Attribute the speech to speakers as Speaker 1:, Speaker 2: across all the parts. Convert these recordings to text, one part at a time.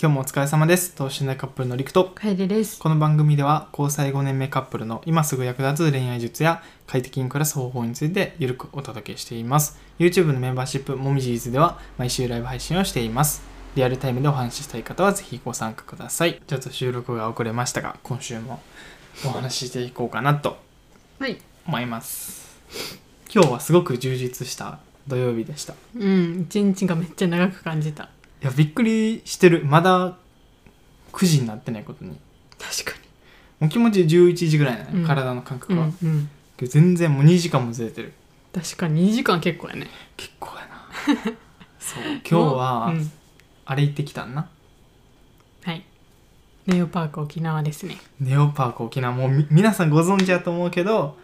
Speaker 1: 今日もお疲れ様です等身大カップルのりくと
Speaker 2: 楓です。
Speaker 1: この番組では交際5年目カップルの今すぐ役立つ恋愛術や快適に暮らす方法についてゆるくお届けしています YouTube のメンバーシップもみじーずでは毎週ライブ配信をしていますリアルタイムでお話ししたい方はぜひご参加くださいちょっと収録が遅れましたが今週もお話ししていこうかなと
Speaker 2: はい。
Speaker 1: 思います今日はすごく充実した土曜日でしたい
Speaker 2: うん、一日がめっちゃ長く感じた。
Speaker 1: やびっくりしてるまだ9時になってないことに
Speaker 2: 確か
Speaker 1: もう気持ち11時ぐらいなの、
Speaker 2: うん
Speaker 1: 体の感覚
Speaker 2: う
Speaker 1: は、
Speaker 2: ん、うん。
Speaker 1: けど全然もう2時間もずれてる
Speaker 2: 確かに2時間結構やね。
Speaker 1: 結構やな そう今日は
Speaker 2: うん
Speaker 1: あれ行ってきたんな、
Speaker 2: はい。ネオパーク沖縄ですね。
Speaker 1: ネオパーク沖縄もうみ皆さんご存知やと思うけど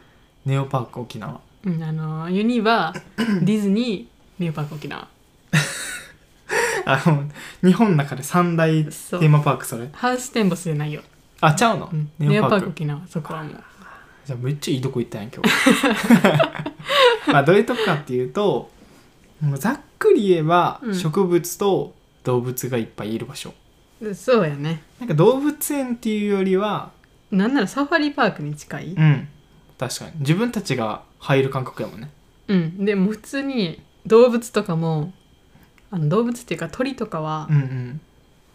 Speaker 1: ネオパーク沖縄
Speaker 2: うん、あのー、ユ ニバ、ディズニー、ネオパーク沖縄。
Speaker 1: あの日本の中で三大テ
Speaker 2: そう
Speaker 1: ーマパークそれ
Speaker 2: ハウステンボスじゃないよ。
Speaker 1: あちゃうの、
Speaker 2: うん、
Speaker 1: ネ
Speaker 2: ネ
Speaker 1: オ
Speaker 2: オ
Speaker 1: パ
Speaker 2: パ
Speaker 1: ー
Speaker 2: ー
Speaker 1: ク
Speaker 2: ク沖縄、そこはもう。
Speaker 1: じゃあめっちゃいいとこ行ったんや今日 まあどういうとこかっていうともうざっくり言えば、
Speaker 2: うん
Speaker 1: 植物と動物がいっぱいいる場所
Speaker 2: うんそうやね。
Speaker 1: なんか動物園っていうよりは
Speaker 2: なんならサファリパークに近い。
Speaker 1: うん確かに自分たちが入る感覚やもんね
Speaker 2: うん。でも普通に動物とかも、あの動物っていうか鳥とかは
Speaker 1: う、ん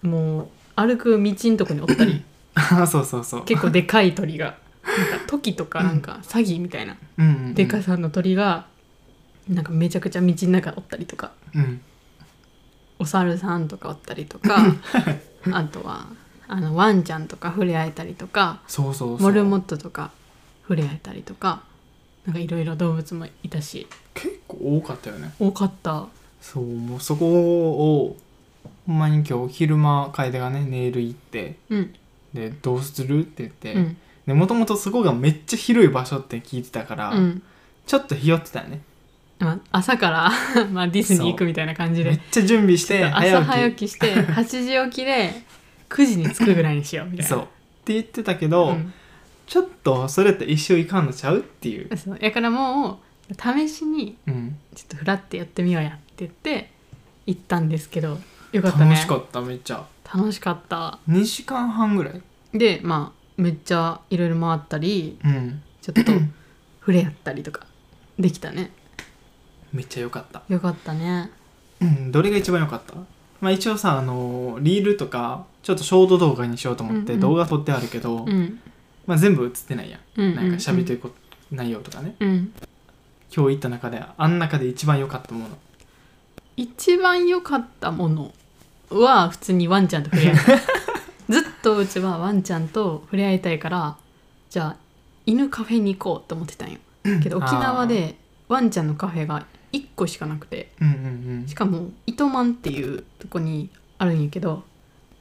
Speaker 1: うん
Speaker 2: もう歩く道のとこにおったり。
Speaker 1: あそうそうそう
Speaker 2: 結構でかい鳥がなんかトキとかなんかサギみたいな
Speaker 1: うんうんうん
Speaker 2: でかさの鳥がなんかめちゃくちゃ道の中おったりとか
Speaker 1: うん
Speaker 2: お猿さんとかおったり とかあとはあのワンちゃんとか触れ合えたりとか
Speaker 1: そうそうそう
Speaker 2: モルモットとか触れ合えたりとかなんかいろいろ動物もいたし
Speaker 1: 結構多かったよね
Speaker 2: 多かった
Speaker 1: そうもうそこをほんまに今日昼間楓がねネイル行って
Speaker 2: うん
Speaker 1: でどうするって言って、
Speaker 2: うん
Speaker 1: でもともとそこがめっちゃ広い場所って聞いてたから、
Speaker 2: うん
Speaker 1: ちょっとひよってたよね
Speaker 2: まあ朝から まあディズニー行くみたいな感じ
Speaker 1: めっ
Speaker 2: で
Speaker 1: ちゃ準備して早起
Speaker 2: 朝
Speaker 1: き
Speaker 2: 早起きして8時起きで9時に着くぐらいにしようみたいな
Speaker 1: そうって言ってたけど、
Speaker 2: うん
Speaker 1: ちょっとそれって一生いかんのちゃうっていう、
Speaker 2: そうやからもう試しに
Speaker 1: うん、
Speaker 2: ちょっとフラってやってみようやって言って行ったんですけどよかったね
Speaker 1: 楽しかっためっちゃ
Speaker 2: 楽しかった
Speaker 1: 2時間半ぐらい
Speaker 2: でまあめっちゃいろいろ回ったり
Speaker 1: うん
Speaker 2: ち ょっと触れ合ったりとかできたね
Speaker 1: めっちゃ良かった
Speaker 2: よかったね
Speaker 1: うんどれが一番良かったまあ一応さあのーリールとかちょっとショート動画にしようと思っ
Speaker 2: うん
Speaker 1: て
Speaker 2: うん
Speaker 1: 動画撮ってあるけど、
Speaker 2: うん
Speaker 1: まあ、全部映ってないやん
Speaker 2: うん
Speaker 1: なんか喋って
Speaker 2: る
Speaker 1: ること、内容とかね
Speaker 2: うん
Speaker 1: 今日行った中であん中で一番良かったもの
Speaker 2: 一番良かったものは普通にワンちゃんと触れ合い たいずっとうちはワンちゃんと触れ合いたいからじゃあ犬カフェに行こうと思ってたんよけど
Speaker 1: あー
Speaker 2: 沖縄でワンちゃんのカフェが1個しかなくて
Speaker 1: うんうんうん
Speaker 2: しかも糸満っていうとこにあるんやけど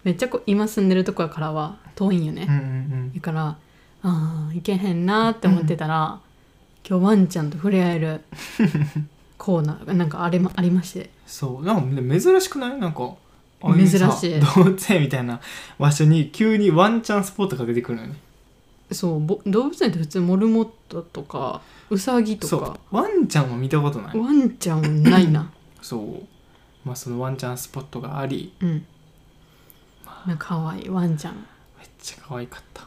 Speaker 2: めっちゃこう今住んでるとこからは遠いんよね
Speaker 1: うんうん
Speaker 2: だからあー行けへんなーって思ってたら、今日ワンちゃんと触れ合えるコーナーがなんかあれもありまして
Speaker 1: そうなんか珍しくないなんかああうさ
Speaker 2: 珍しい
Speaker 1: 動物園みたいな場所に急にワンチャンスポットが出てくるのよね
Speaker 2: そうぼ動物園って普通モルモットとかウサギと
Speaker 1: そう
Speaker 2: か
Speaker 1: ワンちゃんも見たことない
Speaker 2: ワンちゃんはないな
Speaker 1: そうまあそのワンチャンスポットがあり
Speaker 2: うんなんか可愛いワンちゃん
Speaker 1: めっちゃ可愛かった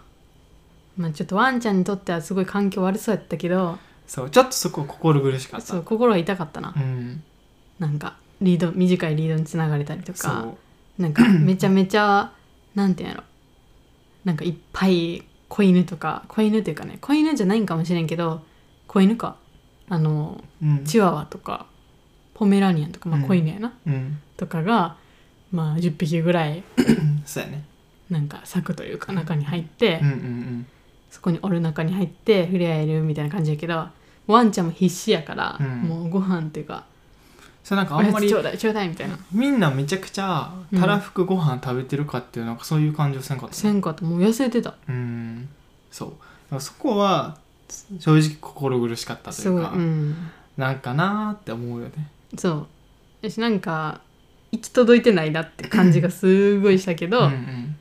Speaker 2: まあちょっとワンちゃんにとってはすごい環境悪そうやったけど
Speaker 1: そうちょっとそこ心苦しかった
Speaker 2: そう心が痛かったな、
Speaker 1: うん
Speaker 2: なんかリード短いリードにつながれたりと
Speaker 1: そ
Speaker 2: か
Speaker 1: う
Speaker 2: なんかめちゃめちゃなんていうんやろなんかいっぱい子犬とか子犬っていうかね子犬じゃないんかもしれんけど子犬かあの
Speaker 1: うん
Speaker 2: チワワとかポメラニアンとか、まあ、
Speaker 1: うん
Speaker 2: 子犬やな、
Speaker 1: うん、
Speaker 2: とかが、まあ、10匹ぐらい
Speaker 1: そうやね
Speaker 2: なんか柵というか中に入って、
Speaker 1: うんうん
Speaker 2: そこにおる中に入って触れ合えるみたいな感じやけどワンちゃんも必死やから、
Speaker 1: うん
Speaker 2: もうご飯っていうか
Speaker 1: そうなんか
Speaker 2: お
Speaker 1: あん
Speaker 2: や
Speaker 1: ま
Speaker 2: つ
Speaker 1: り
Speaker 2: ちょうだいちょうだいみたいな
Speaker 1: みんなめちゃくちゃ
Speaker 2: うん
Speaker 1: たらふくご飯食べてるかっていうなんかそういう感じをせんかった
Speaker 2: せ
Speaker 1: ね
Speaker 2: んかともう痩せてた
Speaker 1: うんそうだからそこは正直心苦しかったとい
Speaker 2: すご
Speaker 1: う
Speaker 2: い、
Speaker 1: か、
Speaker 2: うん、
Speaker 1: なんかなーって思うよね
Speaker 2: そうやしなんか行き届いてないなって感じがすごいしたけど、
Speaker 1: んん、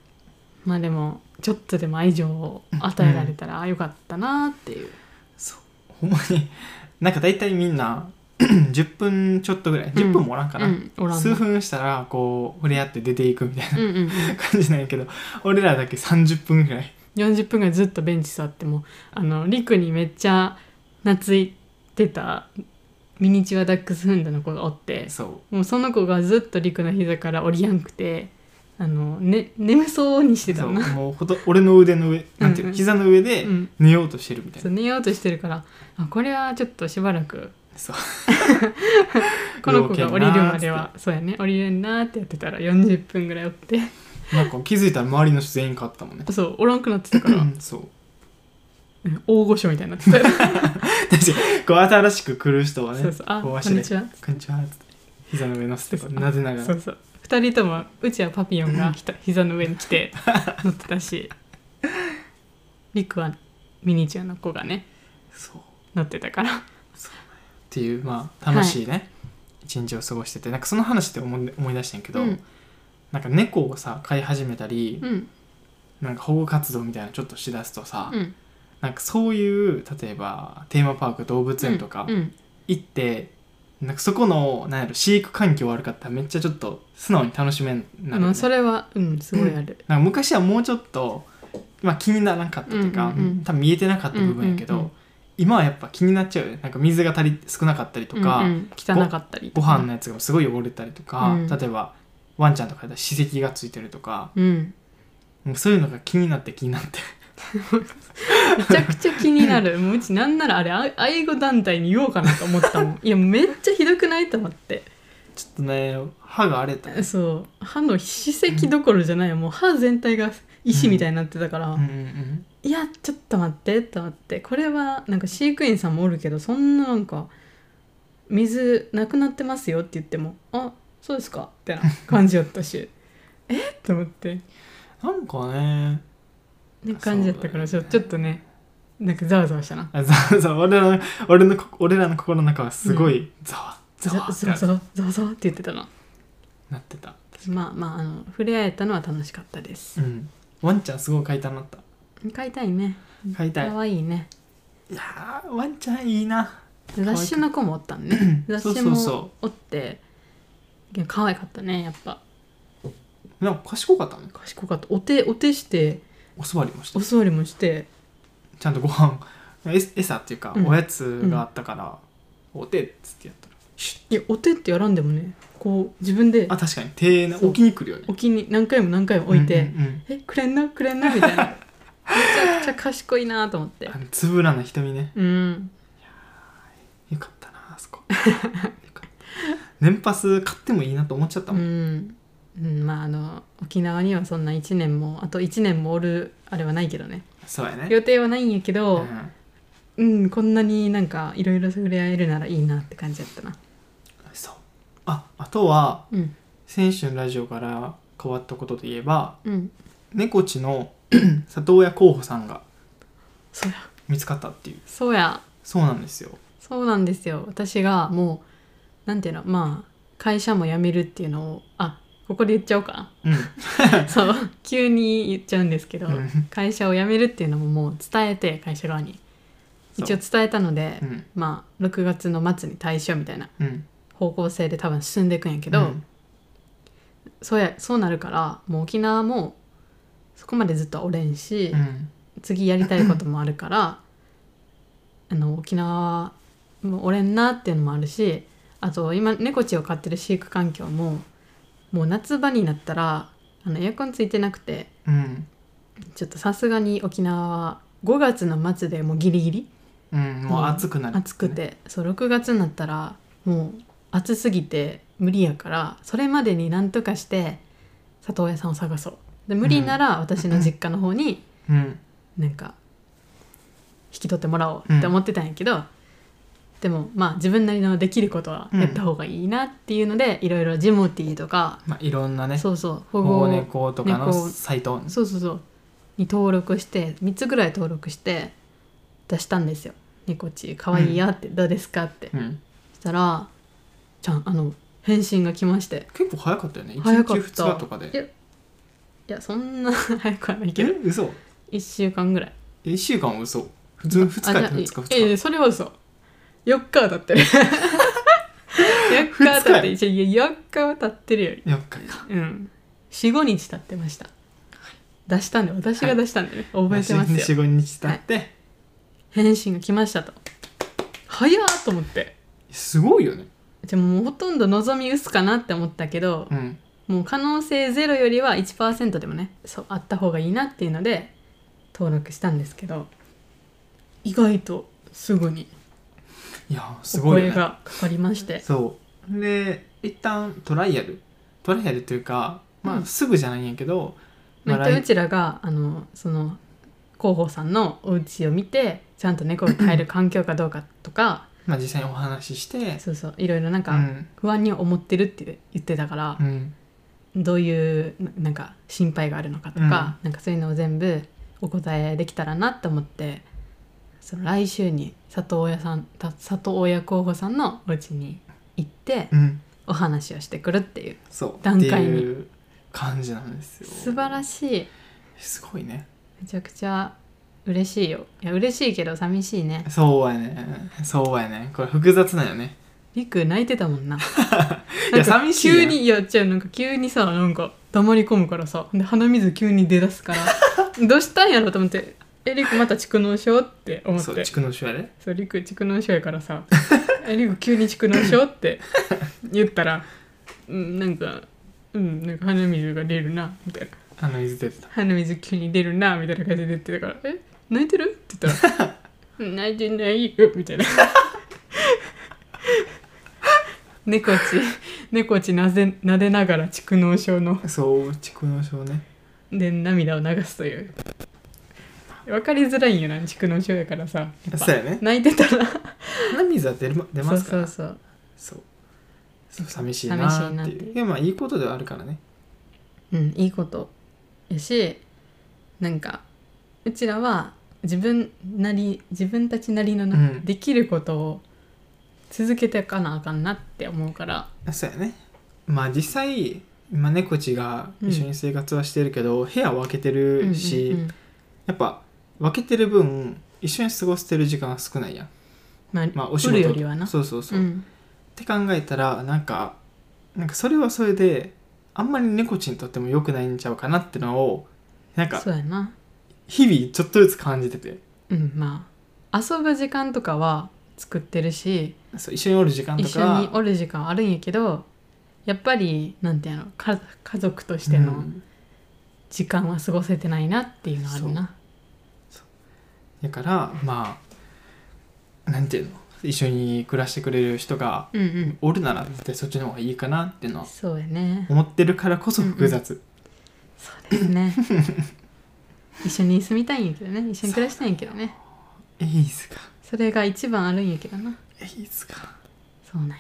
Speaker 2: まあでもちょっとでも愛情を与えられたらよかったなっていう、
Speaker 1: ほんまになんか大体みんな 10分ちょっとぐらい10分もおらんかな、
Speaker 2: うん、おらんの
Speaker 1: 数分したらこう触れ合って出ていくみたいな
Speaker 2: うんうんうん、
Speaker 1: 感じなんやけど俺らだけ30分ぐらい
Speaker 2: 40分ぐらいずっとベンチ座ってもあのリクにめっちゃ懐いてたミニチュアダックスフンドの子がおって
Speaker 1: そ
Speaker 2: もうその子がずっとリクの膝から折りやんくてあの、ね、眠そうにし
Speaker 1: う
Speaker 2: てた
Speaker 1: そう
Speaker 2: のな
Speaker 1: もうほと俺の腕の上なんていうの
Speaker 2: うんうん
Speaker 1: 膝の上で
Speaker 2: うん
Speaker 1: 寝ようとしてるみたい
Speaker 2: そ
Speaker 1: な
Speaker 2: う寝ようとしてるからあこれはちょっとしばらく
Speaker 1: そう
Speaker 2: この子が降りるまではそうやね降りれんなーってやってたら40分ぐらいおって
Speaker 1: なんか気づいたら周りの人全員変わったもんね
Speaker 2: そうおらんくなってたから
Speaker 1: うんそう
Speaker 2: うん大御所みたいになってた
Speaker 1: 確かにこう新しく来る人はね
Speaker 2: そうそうあ
Speaker 1: こ
Speaker 2: こ
Speaker 1: わ
Speaker 2: ん
Speaker 1: して
Speaker 2: にちは
Speaker 1: こんにちは」っつって膝の上乗せてこう
Speaker 2: そうそう
Speaker 1: なでなが
Speaker 2: そ
Speaker 1: ら
Speaker 2: うそう2人ともうちはパピヨンがひた膝の上に 来て乗ってたしリクはミニチュアの子がね
Speaker 1: そう
Speaker 2: 乗ってたから
Speaker 1: っていうまあ楽しいね、一日を過ごしててなんかその話って思い思い出したんやけど、
Speaker 2: うん
Speaker 1: なんか猫をさ飼い始めたり、
Speaker 2: うん
Speaker 1: なんか保護活動みたいなのちょっとしだすとさ、
Speaker 2: うん
Speaker 1: なんかそういう例えばテーマパーク動物園とか
Speaker 2: うん
Speaker 1: 行って、なんかそこのなんやろ飼育環境悪かったらめっちゃちょっと素直に楽しめんなる
Speaker 2: うん
Speaker 1: よね、
Speaker 2: それはうんすごいある
Speaker 1: なんか昔はもうちょっと、まあ、気にならなかったというか、
Speaker 2: うんうんうん
Speaker 1: 多分見えてなかった部分やけど、
Speaker 2: うんうんうん
Speaker 1: 今はやっぱ気になっちゃうよねなんか水が足り少なかったりとか、
Speaker 2: うんうん汚かったり
Speaker 1: ご飯のやつがすごい汚れたりとか、
Speaker 2: うん
Speaker 1: 例えばワンちゃんとかだったら歯石がついてるとか
Speaker 2: うん
Speaker 1: もうそういうのが気になって気になって
Speaker 2: めちゃくちゃ気になるもううちなんならあれあ愛護団体に言おうかなと思ったもんいやめっちゃひどくないと思って
Speaker 1: ちょっとね歯が荒れた、
Speaker 2: そう歯の歯石どころじゃないよもう歯全体が石みたいになってたから、
Speaker 1: うんうん
Speaker 2: いやちょっと待ってと思ってこれはなんか飼育員さんもおるけどそんななんか水なくなってますよって言ってもあそうですかってな感じやったし えっと思って
Speaker 1: うん、なんかね
Speaker 2: な感じやったからち
Speaker 1: そう
Speaker 2: ょ
Speaker 1: だよね
Speaker 2: ちょっとねなんかざわざわしたな
Speaker 1: あ ざざ俺の俺のこ俺らの心の中はすごいざわ、
Speaker 2: ざ
Speaker 1: ざわ
Speaker 2: わ
Speaker 1: って
Speaker 2: ざわざわざわざわって言ってたな
Speaker 1: なってた、
Speaker 2: まあまああの触れ合えたのは楽しかったで
Speaker 1: う
Speaker 2: す。
Speaker 1: ん、ワンちゃんすごい飼いたなった
Speaker 2: 飼いたいね。
Speaker 1: 飼いたい
Speaker 2: 可愛いね。
Speaker 1: いやーワンちゃんいいな
Speaker 2: 雑種の子もおったんね。 雑
Speaker 1: そう
Speaker 2: 種
Speaker 1: そう
Speaker 2: も
Speaker 1: そ
Speaker 2: おって、いや可愛かったねやっぱ。
Speaker 1: うなんか賢かったね
Speaker 2: 賢かった。お手お手して
Speaker 1: お座りもして
Speaker 2: お座りもして、
Speaker 1: ちゃんとご飯え餌っていうか、
Speaker 2: うん
Speaker 1: おやつがあったから、お手っつってやったらシュッ
Speaker 2: いやお手ってやらんでもね、こう自分で
Speaker 1: あ確かに手な
Speaker 2: そう
Speaker 1: 置きに来るよね
Speaker 2: お気に何回も何回も置いて、
Speaker 1: うんうんうん
Speaker 2: えくれんなくれんなみ たいな。めちゃくちゃ賢いなと思って
Speaker 1: あ。のつぶらな瞳ね
Speaker 2: うん。
Speaker 1: よかったなあ そこよかった年パス買ってもいいなと思っちゃった
Speaker 2: う
Speaker 1: もん、
Speaker 2: ん。うん、まああの沖縄にはそんな1年もあと1年もおるあれはないけどね
Speaker 1: そうやね、
Speaker 2: 予定はないんやけ
Speaker 1: う
Speaker 2: ど、
Speaker 1: ん、
Speaker 2: うん、こんなになんかいろいろ触れ合えるならいいなって感じだったな。
Speaker 1: そうああとは
Speaker 2: うん、
Speaker 1: 選手のラジオから変わったことで言えば
Speaker 2: うん、
Speaker 1: 猫地の 里親候補さんが
Speaker 2: そうや、
Speaker 1: 見つかったっていう
Speaker 2: そうや、
Speaker 1: そうなんですよ
Speaker 2: そうなんですよ。私がもう、なんていうの、まあ、会社も辞めるっていうのを、あ、ここで言っちゃおうか
Speaker 1: うん
Speaker 2: な。そう、急に言っちゃうんですけど、
Speaker 1: うん
Speaker 2: 会社を辞めるっていうのももう伝えて、会社側に。
Speaker 1: そう
Speaker 2: 一応伝えたので、
Speaker 1: うん
Speaker 2: まあ、6月の末に退所みたいな
Speaker 1: うん
Speaker 2: 方向性で多分進んでいくんやけど、
Speaker 1: うん
Speaker 2: そうや、そうなるから、もう沖縄も、そこまでずっとはおれんし、
Speaker 1: うん
Speaker 2: 次やりたいこともあるからあの沖縄もおれんなっていうのもあるしあと今猫ちを飼ってる飼育環境ももう夏場になったらあのエアコンついてなくて
Speaker 1: うん
Speaker 2: ちょっとさすがに沖縄は5月の末でもうギリギリ
Speaker 1: うん、もう暑くなる、
Speaker 2: 暑くて、そう6月になったらもう暑すぎて無理やからそれまでになんとかして里親さんを探そうで無理なら私の実家の方に、
Speaker 1: うん
Speaker 2: なんか引き取ってもらおうって思ってたんやけど、でもまあ自分なりのできることはやった方がいいなっていうので、いろいろジモティーとか
Speaker 1: まあ、いろんなね
Speaker 2: そうそう保
Speaker 1: 保
Speaker 2: 護
Speaker 1: 護猫とかの
Speaker 2: 猫
Speaker 1: サイト
Speaker 2: そうそうそうに登録して3つぐらい登録して出したんですよ「猫ちかわいいや」って「どうですか?」って、
Speaker 1: うん、
Speaker 2: そしたらちゃんあの返信が来まして
Speaker 1: 結構早かったよね1
Speaker 2: 早か
Speaker 1: 日
Speaker 2: った
Speaker 1: 2日とかで
Speaker 2: えいやそんな 早くはない
Speaker 1: え
Speaker 2: けど
Speaker 1: 嘘
Speaker 2: 1週間ぐらい
Speaker 1: え1週間は嘘普通2日やっ
Speaker 2: あじゃ
Speaker 1: た
Speaker 2: あ
Speaker 1: 2
Speaker 2: い
Speaker 1: 日2日
Speaker 2: えそれは嘘4日は経ってる4日経ってじゃいや4日は経ってる
Speaker 1: 4
Speaker 2: よ
Speaker 1: 日か
Speaker 2: うん45日経ってました出したんで私が出したんでね、覚えてますよ
Speaker 1: 45日経って、
Speaker 2: 返信が来ましたと早っと思って
Speaker 1: すごいよね
Speaker 2: でももうほとんど望み薄かなって思ったけど
Speaker 1: う、ん
Speaker 2: もう可能性ゼロよりは1%でもねそうあった方がいいなっていうので登録したんですけど意外とすぐに
Speaker 1: いやす
Speaker 2: お
Speaker 1: ごい
Speaker 2: 声
Speaker 1: よね
Speaker 2: がかかりまして、
Speaker 1: そうで一旦トライアルトライアルというかま
Speaker 2: う
Speaker 1: あ
Speaker 2: ん
Speaker 1: すぐじゃないんやけど、
Speaker 2: まあ、
Speaker 1: まあ
Speaker 2: 一旦うちらがあのその広報さんのお家を見てちゃんと猫が飼える環境かどうかとか
Speaker 1: まあ、実際にお話しして
Speaker 2: そうそういろいろなん
Speaker 1: う
Speaker 2: か
Speaker 1: ん
Speaker 2: 不安に思ってるって言ってたから
Speaker 1: う、ん
Speaker 2: どういうななんか心配があるのかとか、なんかそういうのを全部お答えできたらなと思ってその来週に里親さんた里親候補さんのお家に行って
Speaker 1: うん
Speaker 2: お話をしてくるっていう
Speaker 1: そう
Speaker 2: 段階に
Speaker 1: っていう感じなんですよ
Speaker 2: 素晴ら
Speaker 1: しい
Speaker 2: しい
Speaker 1: すごいね
Speaker 2: めちゃくちゃ嬉しいよいや嬉しいけど寂しいね
Speaker 1: そうやねそうやねこれ複雑なんよね
Speaker 2: りく泣いてたも んな
Speaker 1: いや
Speaker 2: なんか
Speaker 1: 寂しいやん
Speaker 2: 急にいやっちゃうなんか急にさなんか黙り込むからさで鼻水急に出だすから どうしたんやろと思って「えりくまた蓄膿症?」って思っ
Speaker 1: そう
Speaker 2: て
Speaker 1: 地区の主やで
Speaker 2: そうりく蓄膿症やからさ「えりく急に蓄膿 症?」って言ったら「うんなんかうんなんか鼻水が出るな」みたいな
Speaker 1: あの水出てた
Speaker 2: 「鼻水急に出るな」みたいな感じで言ってたから「え泣いてる?」って言ったら 「うん泣いてないよ」みたいな「猫ち猫ちなぜ撫でながら蓄膿症の
Speaker 1: そう地区の主ね
Speaker 2: で涙を流すという」分かりづらいんよな蓄膿症やからさやっぱ
Speaker 1: そうやね
Speaker 2: 泣いてたら
Speaker 1: 鼻水は出るま出ますから
Speaker 2: そうそうそう
Speaker 1: そうそう寂しいなーって
Speaker 2: 寂しいなって
Speaker 1: いう
Speaker 2: いう
Speaker 1: でもまあいいことではあるからね
Speaker 2: うん、いいことやしなんかうちらは自分なり自分たちなりのな、
Speaker 1: うん
Speaker 2: できることを続けていかなあかんなって思うから
Speaker 1: そうやねまあ実際まあ猫ちが一緒に生活はしてるけど、部屋を分けてるし、
Speaker 2: うんうんうん
Speaker 1: やっぱ分けてる分一緒に過ごしてる時間は少ないやん
Speaker 2: まあ、
Speaker 1: まあお
Speaker 2: お
Speaker 1: 仕
Speaker 2: 仕
Speaker 1: 事
Speaker 2: 事よりはな
Speaker 1: そうそうそう、っ
Speaker 2: ん
Speaker 1: て考えたらなんかなんかそれはそれであんまり猫ちにとっても良くないんちゃうかなってのをなんか
Speaker 2: そうやな
Speaker 1: 日々ちょっとずつ感じてて
Speaker 2: うんまあ遊ぶ時間とかは作ってるし
Speaker 1: そう一緒におる時間と
Speaker 2: 一緒に
Speaker 1: か
Speaker 2: おる時間はあるんやけどやっぱりなんていうの家家族としての
Speaker 1: うん
Speaker 2: 時間は過ごせてないなっていうのはあるな、
Speaker 1: だからまあなんていうの一緒に暮らしてくれる人が
Speaker 2: うんうん
Speaker 1: おるなら絶対そっちの方がいいかなっていうのは
Speaker 2: そうやね
Speaker 1: 思ってるからこそ複雑、
Speaker 2: そうですね一緒に住みたいんやけどね一緒に暮らしたいんやけどね
Speaker 1: いいっすか
Speaker 2: それが一番あるんやけどない
Speaker 1: いっすかっ
Speaker 2: そうなんや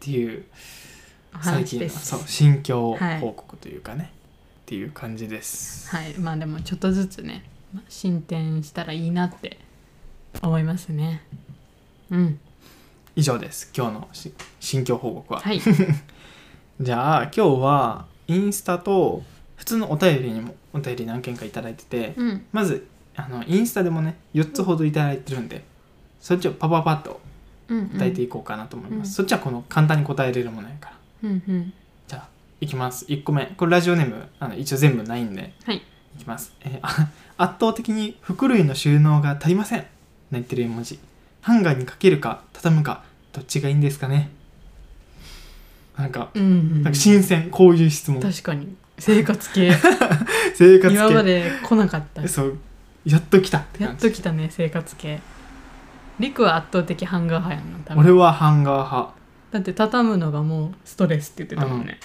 Speaker 1: ていう
Speaker 2: お
Speaker 1: 最
Speaker 2: 話
Speaker 1: 近
Speaker 2: で
Speaker 1: の
Speaker 2: す
Speaker 1: そう心境
Speaker 2: はい
Speaker 1: 報告というかね、っていう感じです、
Speaker 2: はいまあでもちょっとずつねまあ進展したらいいなって思いますねうん
Speaker 1: 以上です今日のし心境報告は、
Speaker 2: はい
Speaker 1: じゃあ今日はインスタと普通のお便りにもお便り何件か頂いただいてて、
Speaker 2: うん
Speaker 1: まずあのインスタでもね4つほど頂いただいてるんでそっちをパパパッと
Speaker 2: うんうん
Speaker 1: 答えていこうかなと思います、
Speaker 2: うん
Speaker 1: そっちはこの簡単に答えれるものやから
Speaker 2: うんうん
Speaker 1: じゃあいきます1個目これラジオネームあの一応全部ないんで
Speaker 2: はい
Speaker 1: いきます、えーあ圧倒的に服類の収納が足りません泣いてる絵文字ハンガーにかけるか畳むかどっちがいいんですかねなんか
Speaker 2: うんうん
Speaker 1: なんか新鮮こういう質問
Speaker 2: 確かに生活系
Speaker 1: 生活系
Speaker 2: 今まで来なかった
Speaker 1: そうやっと来たって
Speaker 2: や
Speaker 1: 感
Speaker 2: っ
Speaker 1: じ
Speaker 2: と来たね生活系りくは圧倒的ハンガー派やんな多分
Speaker 1: 俺はハンガー派
Speaker 2: だって畳むのがもうストレスって言ってたもんね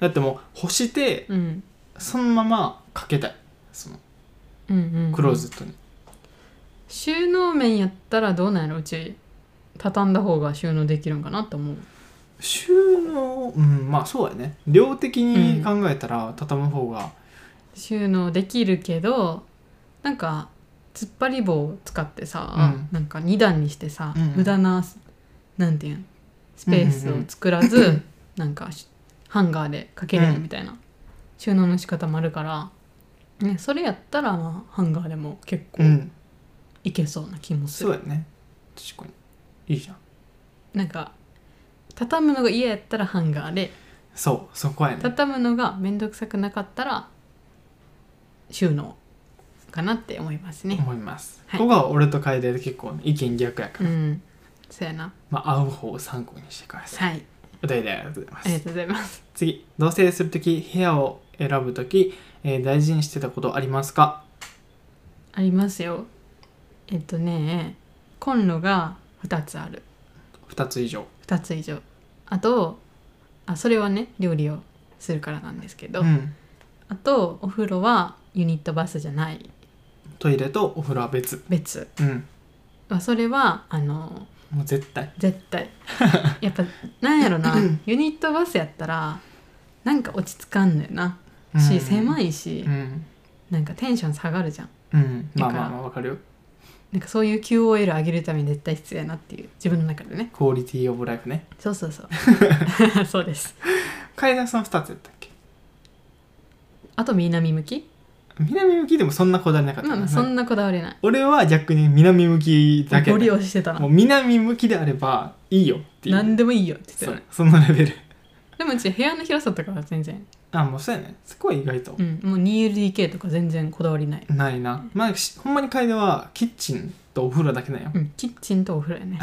Speaker 1: だってもう干して
Speaker 2: うん、
Speaker 1: そのままかけたいその
Speaker 2: うんうんうん
Speaker 1: クローゼットに、
Speaker 2: 収納面やったらどうなんやろうち畳んだ方が収納できるんかなと思う
Speaker 1: 収納うんまあそうやね量的に考えたら畳む方が、
Speaker 2: 収納できるけどなんか突っ張り棒を使ってさ、
Speaker 1: うん
Speaker 2: なんか2段にしてさ、
Speaker 1: うんうん
Speaker 2: 無駄ななんていうんスペースを作らず、 なんかしハンガーでかけれるみたいな、収納の仕方もあるから、ね、それやったら、まあ、ハンガーでも結構
Speaker 1: うん
Speaker 2: いけそうな気もす
Speaker 1: そう
Speaker 2: る、
Speaker 1: やね確かにいいじゃん
Speaker 2: なんか畳むのが嫌やったらハンガーで
Speaker 1: そうそこやね
Speaker 2: 畳むのが面倒くさくなかったら収納かなって思いますね
Speaker 1: 思います、
Speaker 2: はい
Speaker 1: ここは俺と楓で結構、ね、意見逆やか
Speaker 2: う
Speaker 1: ら、
Speaker 2: んそうやな
Speaker 1: まあ合う方を参考にしてください
Speaker 2: はい
Speaker 1: お便りありがとうございま
Speaker 2: ありが
Speaker 1: す
Speaker 2: とうございます
Speaker 1: 次同棲するとき部屋を選ぶとき、えー大事にしてたことありますか
Speaker 2: ありますよえっとねコンロが2つある
Speaker 1: 2つ以上
Speaker 2: 2つ以上あとあそれはね料理をするからなんですけど、
Speaker 1: うん
Speaker 2: あとお風呂はユニットバスじゃない
Speaker 1: トイレとお風呂は別
Speaker 2: 別
Speaker 1: うん
Speaker 2: まあそれはあの
Speaker 1: もう絶対
Speaker 2: 絶 対やっぱなんやろなユニットバスやったらなんか落ち着かんのよなし、狭
Speaker 1: い
Speaker 2: いし、
Speaker 1: うん、
Speaker 2: なんかテンション下がるじゃん
Speaker 1: うん、まあ
Speaker 2: だか
Speaker 1: ま
Speaker 2: ら
Speaker 1: あまあわかるよ
Speaker 2: なんかそういう QOL 上げるために絶対必要やなっていう自分の中でね
Speaker 1: クオリティオブライフね
Speaker 2: そうそうそう そうです
Speaker 1: 楓田さん2つやったっけ
Speaker 2: あと南向き
Speaker 1: 南向きでもそんなこだわりなかった
Speaker 2: ま
Speaker 1: な
Speaker 2: あまあそんなこだわりない
Speaker 1: 俺は逆に南向きだけ
Speaker 2: ゴ
Speaker 1: だ
Speaker 2: リ押ししてたな
Speaker 1: もう南向きであればいいよっていう
Speaker 2: 何でもいいよって言ってた
Speaker 1: そ
Speaker 2: よ
Speaker 1: う
Speaker 2: ね
Speaker 1: そのレベル
Speaker 2: でもうち部屋の広さとかは全然
Speaker 1: あもうそうやねそこは意外と
Speaker 2: うんもう 2LDK とか全然こだわりない
Speaker 1: ないな、まあしほんまに楓はキッチンとお風呂だけなんよ
Speaker 2: うんキッチンとお風呂 やね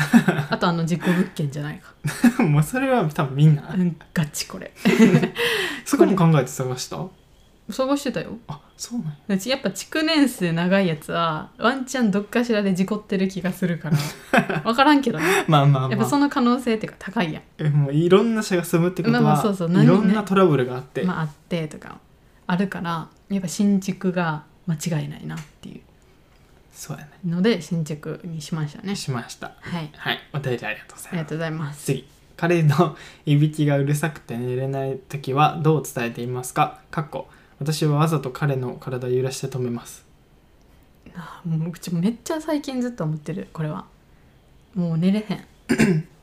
Speaker 2: あとあの自己物件じゃないか
Speaker 1: もうそれは多分みんな
Speaker 2: うんガチこれ
Speaker 1: そこも考えて探した
Speaker 2: 探してたよ
Speaker 1: あそうなんや
Speaker 2: うちやっぱ築年数長いやつはワンチャンどっかしらで事故ってる気がするから 分からんけどね
Speaker 1: まあまあ
Speaker 2: やっぱ
Speaker 1: まあ
Speaker 2: その可能性っていうか高いやん
Speaker 1: えもういろんな人が住むってことは、
Speaker 2: まあまあそうそう
Speaker 1: い
Speaker 2: 何
Speaker 1: ろんなトラブルがあって、
Speaker 2: まああってとかあるからやっぱ新築が間違いないなってい
Speaker 1: そうやね
Speaker 2: うので新築にしましたね
Speaker 1: しました
Speaker 2: はい
Speaker 1: はいお便りありがとうござ
Speaker 2: あり
Speaker 1: いま
Speaker 2: が
Speaker 1: す
Speaker 2: とうございます
Speaker 1: 次彼のいびきがうるさくて寝れない時はどう伝えていますかかっこ私はわざと彼の体を揺らして止めます
Speaker 2: あもううちめっちゃ最近ずっと思ってるこれはもう寝れへん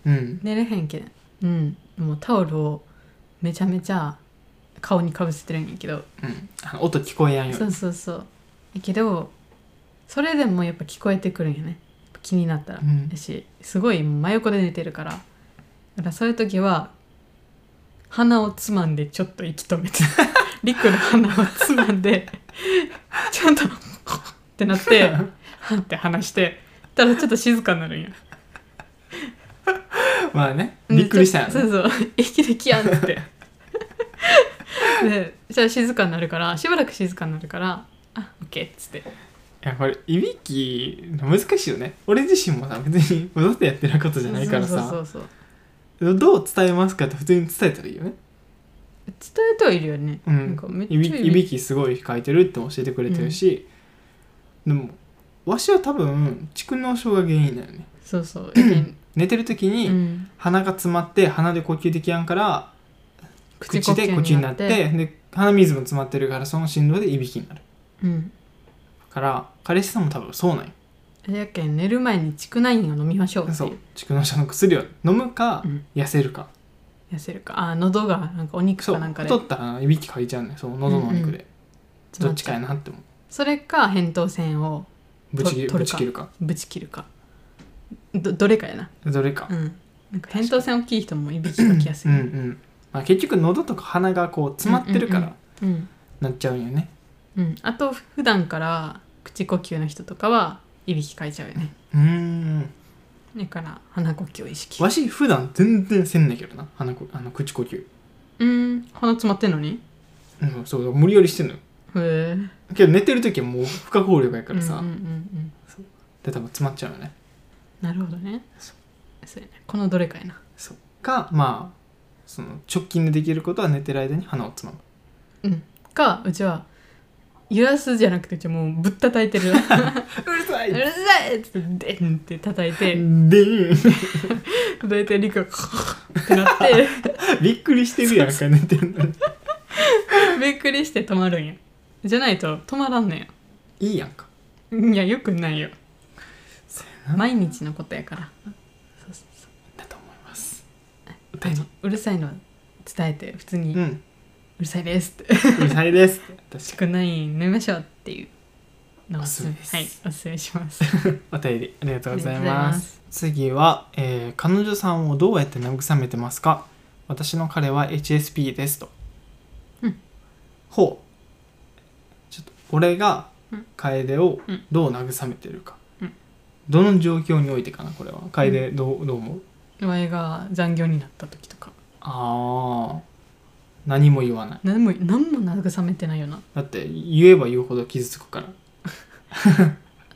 Speaker 1: うん
Speaker 2: 寝れへんけんうんもうタオルをめちゃめちゃ顔にかぶせてるんやけど
Speaker 1: うんあの音聞こえやんよ
Speaker 2: そうそうそうやけどそれでもやっぱ聞こえてくるんよね気になったら、
Speaker 1: うん
Speaker 2: やしすごい真横で寝てるからだからそういう時は鼻をつまんでちょっと息止めて リクの鼻をつまんでちゃんとってなってはって話してたらちょっと静かになるんや
Speaker 1: まあねびっくりしたよ
Speaker 2: でちょ
Speaker 1: ね
Speaker 2: っとそうそう息できやんってでじゃあ静かになるからしばらく静かになるからあオッケーっつって
Speaker 1: いやこれいびき難しいよね俺自身もさ別に わざとやってることじゃないからさ
Speaker 2: そうそうそうそう
Speaker 1: どう伝えますかって普通に伝えたらいいよね
Speaker 2: 伝えてはいるよね、
Speaker 1: うん
Speaker 2: なんかめっちゃ
Speaker 1: いびいびきすごい書いてるって教えてくれてるし、でもわしは多分蓄膿症が原因だよね
Speaker 2: そうそう、やけん
Speaker 1: 寝てる時に、
Speaker 2: うん、
Speaker 1: 鼻が詰まって鼻で呼吸できやんから口
Speaker 2: 呼吸
Speaker 1: で呼吸になってで鼻水も詰まってるからその振動でいびきになる
Speaker 2: うん
Speaker 1: から彼氏さんも多分そうなんよ
Speaker 2: やけん寝る前にチクナインを飲みましょうって
Speaker 1: そ
Speaker 2: いうう
Speaker 1: 蓄膿症の薬を飲むか、
Speaker 2: うん
Speaker 1: 痩せるか
Speaker 2: 痩せるかあ喉がなんかお肉
Speaker 1: そう
Speaker 2: かなんかで
Speaker 1: 太ったらいびきかいちゃうねその喉のお肉で、
Speaker 2: 詰
Speaker 1: ど
Speaker 2: ま
Speaker 1: っ
Speaker 2: っ
Speaker 1: ち
Speaker 2: ちゃ
Speaker 1: か
Speaker 2: う
Speaker 1: やなって思う
Speaker 2: それか扁桃腺を
Speaker 1: ぶち切
Speaker 2: 取
Speaker 1: ぶ
Speaker 2: るか
Speaker 1: ち切るか
Speaker 2: ぶち切るかどどれかやな
Speaker 1: どれか
Speaker 2: うんなんか扁桃腺大きい人もいびきかきやす
Speaker 1: う
Speaker 2: い
Speaker 1: んうん、まあ、結局喉とか鼻がこう詰まってるか
Speaker 2: うんうん
Speaker 1: ら
Speaker 2: うん、
Speaker 1: なっちゃうんよね、
Speaker 2: うん、あと普段から口呼吸の人とかはいびきかいちゃうよね
Speaker 1: うーん
Speaker 2: だから鼻呼吸を意識
Speaker 1: わし普段全然せんねんけどな鼻こあの口呼吸、
Speaker 2: うん鼻詰まってんのに
Speaker 1: うん、そう無理やりしてんのよ
Speaker 2: へえ
Speaker 1: けど寝てる時はもう不可抗力やからさ、
Speaker 2: うんうんうんうん、
Speaker 1: で多分詰まっちゃうよね
Speaker 2: なるほどね
Speaker 1: そ
Speaker 2: そうやねこのどれかやな
Speaker 1: そっかまあその直近でできることは寝てる間に鼻をつまむ
Speaker 2: うんかうちは揺らすじゃなくてうちはもうぶったたいてるう
Speaker 1: うるさい
Speaker 2: るさいっつってでんって叩い
Speaker 1: で
Speaker 2: て
Speaker 1: ーん
Speaker 2: 叩いてリクがってなって
Speaker 1: びっくりしてるやんか寝てんのに
Speaker 2: びっくりして止まるんやじゃないと止まらんのよ
Speaker 1: いいやんか
Speaker 2: いやよくないよ
Speaker 1: そ
Speaker 2: 毎日のことやからそうそうそう
Speaker 1: だと思います
Speaker 2: あのうるさいのは伝えて普通に「
Speaker 1: う
Speaker 2: うんるさいです」って
Speaker 1: うるさいです
Speaker 2: 「
Speaker 1: 確か
Speaker 2: 少ない飲みましょう」っていうのを
Speaker 1: おすすめです
Speaker 2: はいおすすめします あり
Speaker 1: お便りありがとう
Speaker 2: が
Speaker 1: ござい
Speaker 2: とうござい
Speaker 1: ます
Speaker 2: す
Speaker 1: 次は、えー彼女さんをどうやって慰めてますか私の彼は HSP ですと、
Speaker 2: うん
Speaker 1: ほうちょっと俺が
Speaker 2: うん
Speaker 1: 楓を
Speaker 2: うん
Speaker 1: どう慰めてるか、
Speaker 2: うん
Speaker 1: どの状況においてかなこれは楓どう,、どう思う
Speaker 2: 前が残業になった時とか
Speaker 1: ああ何も言わない
Speaker 2: 何も何も慰めてないよな
Speaker 1: だって言えば言うほど傷つくから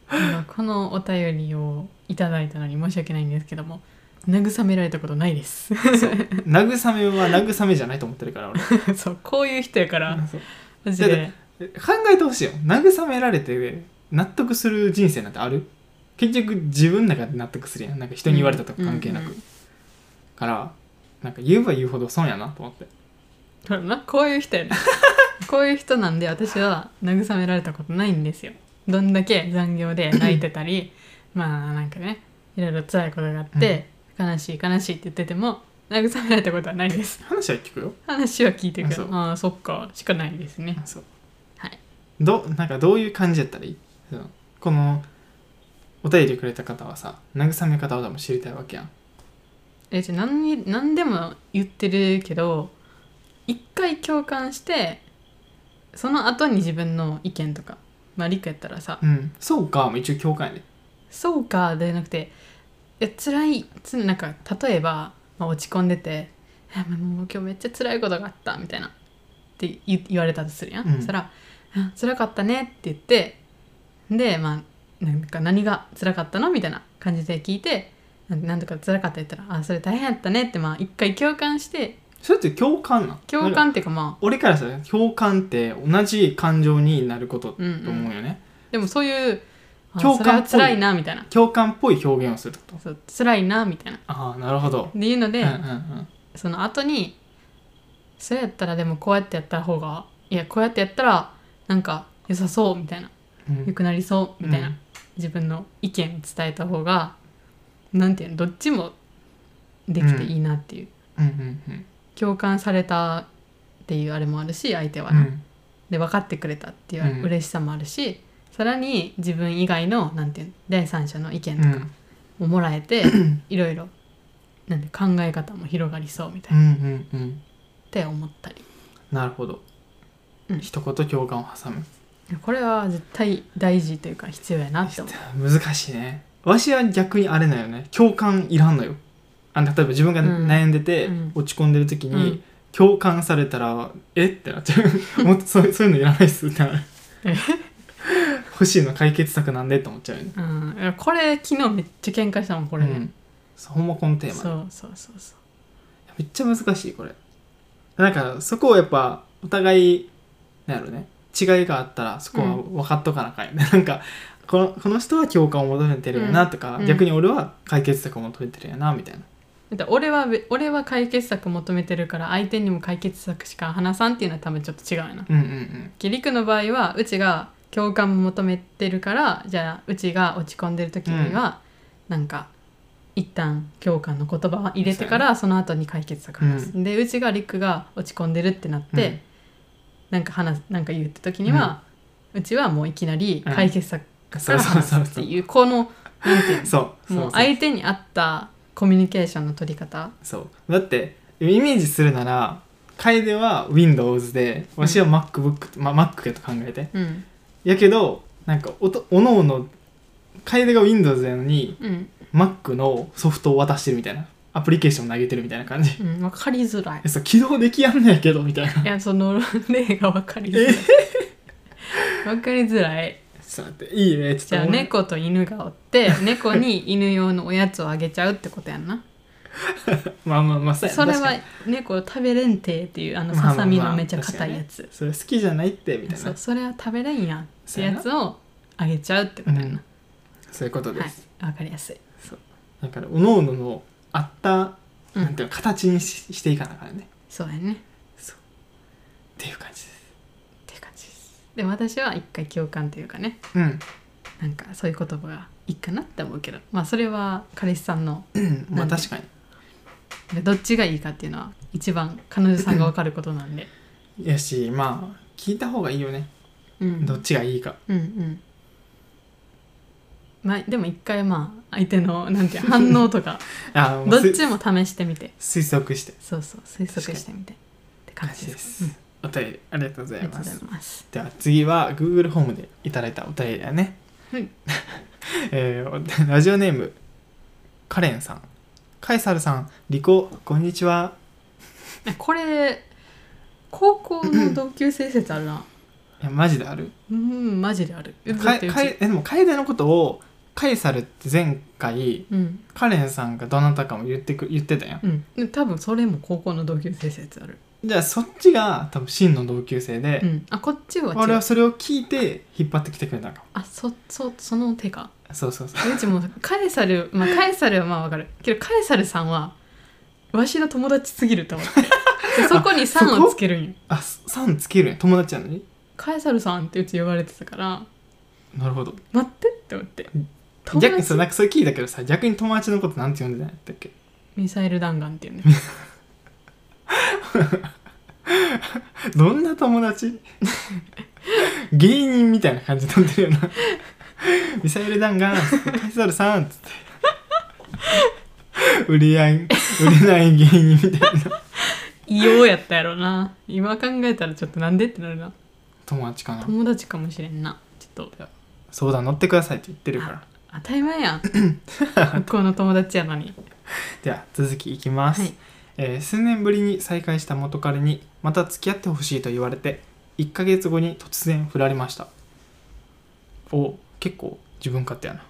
Speaker 2: あのこのお便りをいただいたのに申し訳ないんですけども慰められたことないで す
Speaker 1: 慰めは慰めじゃないと思ってるから俺
Speaker 2: そうこういう人やから
Speaker 1: そう
Speaker 2: マジで
Speaker 1: 考えてほしいよ慰められて納得する人生なんてある結局自分の中で納得するやんなんか人に言われたとか関係なく、
Speaker 2: うんうん
Speaker 1: からなんか言えば言うほど損やなと思って
Speaker 2: そうやなこういう人 やねこういう人なんで私は慰められたことないんですよどんだけ残業で泣いて たりまあなんかねいろいろ辛いことがあって、悲しい悲しいって言ってても慰められたことはないです
Speaker 1: 話は聞くよ
Speaker 2: 話は聞いてるけど
Speaker 1: あそう
Speaker 2: ああそっかしかないですね
Speaker 1: そう
Speaker 2: はい
Speaker 1: どなんかどういう感じやったらいいそのこのお便りくれた方はさ慰め方を多分知りたいわけやん
Speaker 2: えじゃあ何に何でも言ってるけど一回共感してその後に自分の意見とかまあ理科やったらさ
Speaker 1: うんそうかもう一応共感やで
Speaker 2: 「そうか」でなくて「いや辛い」つなんか例えば、まあ、落ち込んでて「いやもう今日めっちゃ辛いことがあった」みたいなって言言われたとするやん、
Speaker 1: うん
Speaker 2: そしたら「あ辛かったね」って言ってでまあなんか何が辛かったのみたいな感じで聞いて「なんなんとか辛かった」言ったら「あそれ大変やったね」ってまあ一回共感して
Speaker 1: それって共感なん
Speaker 2: 共
Speaker 1: なんか
Speaker 2: 感っていうかまあ
Speaker 1: 俺からしたら共感って同じ感情になることと
Speaker 2: うん、う
Speaker 1: 思うよ
Speaker 2: ん、
Speaker 1: ね、
Speaker 2: でもそういう「あ
Speaker 1: 共
Speaker 2: それ
Speaker 1: 感っ
Speaker 2: は
Speaker 1: ぽい
Speaker 2: 辛いな」みたいな
Speaker 1: 共感っぽい表現をするってこと
Speaker 2: 「そう辛いな」みたいなっ
Speaker 1: ああなるほど、
Speaker 2: ていうので、
Speaker 1: うんうんうん、
Speaker 2: その後にそれやったらでもこうやってやった方がいやこうやってやったらなんか良さそうみたいな
Speaker 1: うん
Speaker 2: 良くなりそうみたいな、
Speaker 1: うん
Speaker 2: 自分の意見を伝えた方がなんていうのどっちもできていいなっていう、
Speaker 1: うんうんうん
Speaker 2: 共感されたっていうあれもあるし相手は
Speaker 1: う
Speaker 2: な、
Speaker 1: ん
Speaker 2: で分かってくれたってい
Speaker 1: うん
Speaker 2: う嬉しさもあるし、さらに自分以外のなんていうの第三者の意見
Speaker 1: う
Speaker 2: と
Speaker 1: ん
Speaker 2: かももら えて、いろいろなんて考え方も広がりそうみたいな、
Speaker 1: うんうんうん
Speaker 2: って思ったり。
Speaker 1: なるほど、
Speaker 2: うん
Speaker 1: 一言共感を挟む
Speaker 2: これは絶対大事というか必要やなって思う
Speaker 1: 難しいねわしは逆にあれだよね共感いらんのよあの例えば自分が
Speaker 2: うん
Speaker 1: 悩んでて、
Speaker 2: うん
Speaker 1: 落ち込んでる時に、
Speaker 2: うん
Speaker 1: 共感されたらえってなっちゃうもっとそうそういうのいらないっすってなる
Speaker 2: え
Speaker 1: 欲しいの解決策なんでって思っちゃうよね
Speaker 2: うん、これ昨日めっちゃ喧嘩したもんこれ
Speaker 1: う
Speaker 2: ね、
Speaker 1: ん、そうほんまこのテーマね
Speaker 2: そうそうそうそう
Speaker 1: めっちゃ難しいこれなんかそこをやっぱお互いなんやろね違いがあったらそこは分かっとかなあかんよね、 なんかこのこの人は共感を求めてるよなとか、
Speaker 2: うん
Speaker 1: 逆に俺は解決策を求めてるよなみたいな、
Speaker 2: だって俺はべ俺は解決策求めてるから相手にも解決策しか話さんっていうのは多分ちょっと違うよな
Speaker 1: うん、うんうん
Speaker 2: キリクの場合はうちが共感求めてるからじゃあうちが落ち込んでる時には、なんか一旦共感の言葉を入れてからその後に解決策話す、でうちがリクが落ち込んでるってなって、
Speaker 1: うん
Speaker 2: なんか話すなんか言うって時には、うちはもういきなり解決策か
Speaker 1: そう
Speaker 2: ら
Speaker 1: そう
Speaker 2: 話す
Speaker 1: そう
Speaker 2: って
Speaker 1: そう
Speaker 2: いうこのなんていう
Speaker 1: そう
Speaker 2: のも
Speaker 1: そうう
Speaker 2: 相手に合ったコミュニケーションの取り方
Speaker 1: そうだってイメージするなら楓は Windows でわしは MacBook、まあ、Mac やと考えて
Speaker 2: うん
Speaker 1: やけどなんかおとおのおの楓が Windows やのに
Speaker 2: うん
Speaker 1: Mac のソフトを渡してるみたいなアプリケーション投げてるみたいな感じ
Speaker 2: うん分かりづらい
Speaker 1: えそう起動できやんねやけどみた いない
Speaker 2: やその例が分かりづら
Speaker 1: え
Speaker 2: い分かりづらい
Speaker 1: ちょっと待っていいねちょっと
Speaker 2: じゃあ
Speaker 1: 俺
Speaker 2: 猫と犬が おって猫に犬用のおやつをあげちゃうってことやんな
Speaker 1: まあまあまあ そうやな
Speaker 2: それ
Speaker 1: 確か
Speaker 2: は
Speaker 1: に
Speaker 2: 猫食べれんてっていうあの
Speaker 1: まあまあまあ
Speaker 2: ささみのめっちゃ硬いやつ、
Speaker 1: それ好きじゃないってみたい
Speaker 2: そう
Speaker 1: な
Speaker 2: それは食べれんやんって
Speaker 1: そうや
Speaker 2: や
Speaker 1: な
Speaker 2: つをあげちゃうってことやんな、
Speaker 1: そういうことで
Speaker 2: はい
Speaker 1: す、
Speaker 2: 分かりやすい
Speaker 1: だからおのおののあった、
Speaker 2: うん
Speaker 1: なんていうか形にししていかなあからね
Speaker 2: そうやねっ
Speaker 1: っていう感じです
Speaker 2: ていう感じですでも私は一回共感というかね
Speaker 1: うん
Speaker 2: なんかそういう言葉がいいかなって思うけどまあそれは彼氏さんの
Speaker 1: うんまあ
Speaker 2: なんて
Speaker 1: 確かに
Speaker 2: でどっちがいいかっていうのは一番彼女さんが分かることなんで、
Speaker 1: やしまあ聞いた方がいいよね
Speaker 2: うん、
Speaker 1: どっちがいいか
Speaker 2: うんうんまあでも一回まあ相手のなんていう反応と か
Speaker 1: あも
Speaker 2: ど
Speaker 1: う
Speaker 2: っ
Speaker 1: す
Speaker 2: ちも試してみて
Speaker 1: 推測して
Speaker 2: そうそう推測してみてって感
Speaker 1: 感
Speaker 2: じ
Speaker 1: じ
Speaker 2: で
Speaker 1: ですす、
Speaker 2: うん
Speaker 1: お便りありがとうござ
Speaker 2: あり
Speaker 1: いま
Speaker 2: がとうござい
Speaker 1: す
Speaker 2: ます
Speaker 1: では次は Google ホームでいただいたお便りだね
Speaker 2: はい
Speaker 1: えーおラジオネームカレンさんカエサルさんリコこんにちは
Speaker 2: これ高校の同級生説あるない
Speaker 1: やマジである
Speaker 2: うんマジであるだ
Speaker 1: か
Speaker 2: ってうち
Speaker 1: かえでも楓のことをカエサルって前回
Speaker 2: うん
Speaker 1: カレンさんがどなたかも言ってく言ってたやん
Speaker 2: うんで多分それも高校の同級生説ある
Speaker 1: じゃあそっちが多分真の同級生で、
Speaker 2: うんあこっちは
Speaker 1: 俺
Speaker 2: 違
Speaker 1: は
Speaker 2: う
Speaker 1: それを聞いて引っ張ってきてくれたのかも
Speaker 2: あそそその手か
Speaker 1: そうそうそう
Speaker 2: うちもカエサルまあカエサルはまあわかるけどカエサルさんはわしの友達すぎると思ってでそこに「さん」
Speaker 1: そこ
Speaker 2: をつけるんよ
Speaker 1: あさんつけるんや友達なのに
Speaker 2: カエサルさんってうち呼ばれてたから
Speaker 1: なるほど
Speaker 2: 待ってって思って友
Speaker 1: 逆にそう
Speaker 2: 達
Speaker 1: なんかそれ聞いたけどさ逆に友達のことなんて呼んでないんだっけ
Speaker 2: ミサイル弾丸っていうね
Speaker 1: どんな友達芸人みたいな感じになってるよなミサイル弾が「カイサルさん」っつって売り合い売れない芸人みたいな
Speaker 2: 異様やったやろな今考えたらちょっとなんでってなるな
Speaker 1: 友達かな
Speaker 2: 友達かもしれんなちょっと
Speaker 1: 相談乗ってくださいって言ってるから
Speaker 2: 当たり前 やん向こうの友達やのに
Speaker 1: では続きいきます、
Speaker 2: はい
Speaker 1: えー数年ぶりに再会した元彼にまた付き合ってほしいと言われて1ヶ月後に突然振られましたお結構自分勝手やな、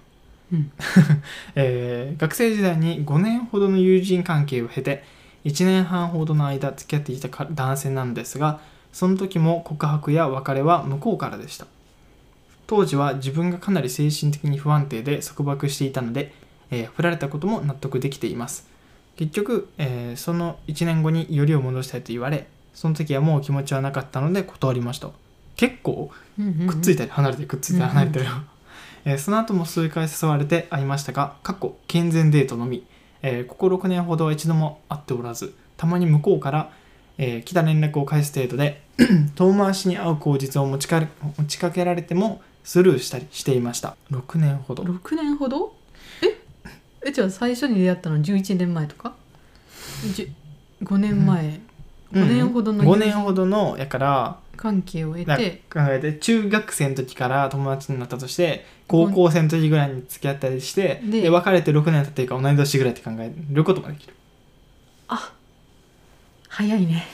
Speaker 2: うん
Speaker 1: えー学生時代に5年ほどの友人関係を経て1年半ほどの間付き合っていたか男性なんですがその時も告白や別れは向こうからでした当時は自分がかなり精神的に不安定で束縛していたので、えー振られたことも納得できています結局、えーその1年後によりを戻したいと言われその時はもう気持ちはなかったので断りました結構くっつい
Speaker 2: た
Speaker 1: たり離れてくっついたり離れてる、 えーその後も数回誘われて会いましたが過去健全デートのみ、えーここ6年ほどは一度も会っておらずたまに向こうから、えー来た連絡を返す程度で 遠回しに会う口実を持ちかれ持ちかけられてもスルーしたりしていました6年ほど
Speaker 2: 6年ほどええじゃあ最初に出会ったの11年前とか5年
Speaker 1: う
Speaker 2: 前、
Speaker 1: ん
Speaker 2: 5年ほどの
Speaker 1: 5年ほどのやから
Speaker 2: 関係を得
Speaker 1: だ
Speaker 2: て
Speaker 1: 考えて中学生の時から友達になったとして高校生の時ぐらいに付き合ったりして
Speaker 2: で
Speaker 1: で別れて6年経ってるから同い年ぐらいって考えることができる
Speaker 2: 早い ね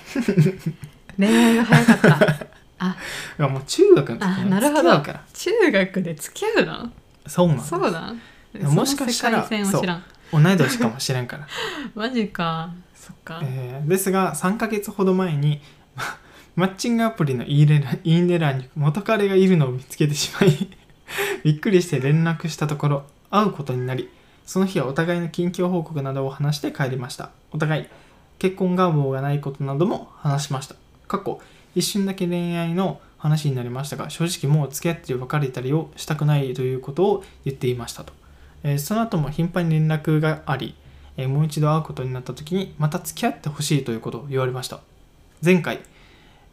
Speaker 2: 恋愛が早かった
Speaker 1: だからもう中学の時
Speaker 2: あ
Speaker 1: に
Speaker 2: なる
Speaker 1: 付
Speaker 2: ほ
Speaker 1: き合
Speaker 2: ど
Speaker 1: うから
Speaker 2: 中学で付き合うな
Speaker 1: そうなんです
Speaker 2: そうだ
Speaker 1: もしかしたら
Speaker 2: その世界線を知らん
Speaker 1: 同い年かもしれんから、
Speaker 2: マジかそっか、
Speaker 1: えーですが3ヶ月ほど前に まマッチングアプリのインデラインデラに元彼がいるのを見つけてしまい びっくりして連絡したところ会うことになりその日はお互いの近況報告などを話して帰りましたお互い結婚願望がないことなども話しました過去一瞬だけ恋愛の話になりましたが正直もう付き合って別れたりをしたくないということを言っていましたと、えーその後も頻繁に連絡があり、えーもう一度会うことになった時にまた付き合ってほしいということを言われました前回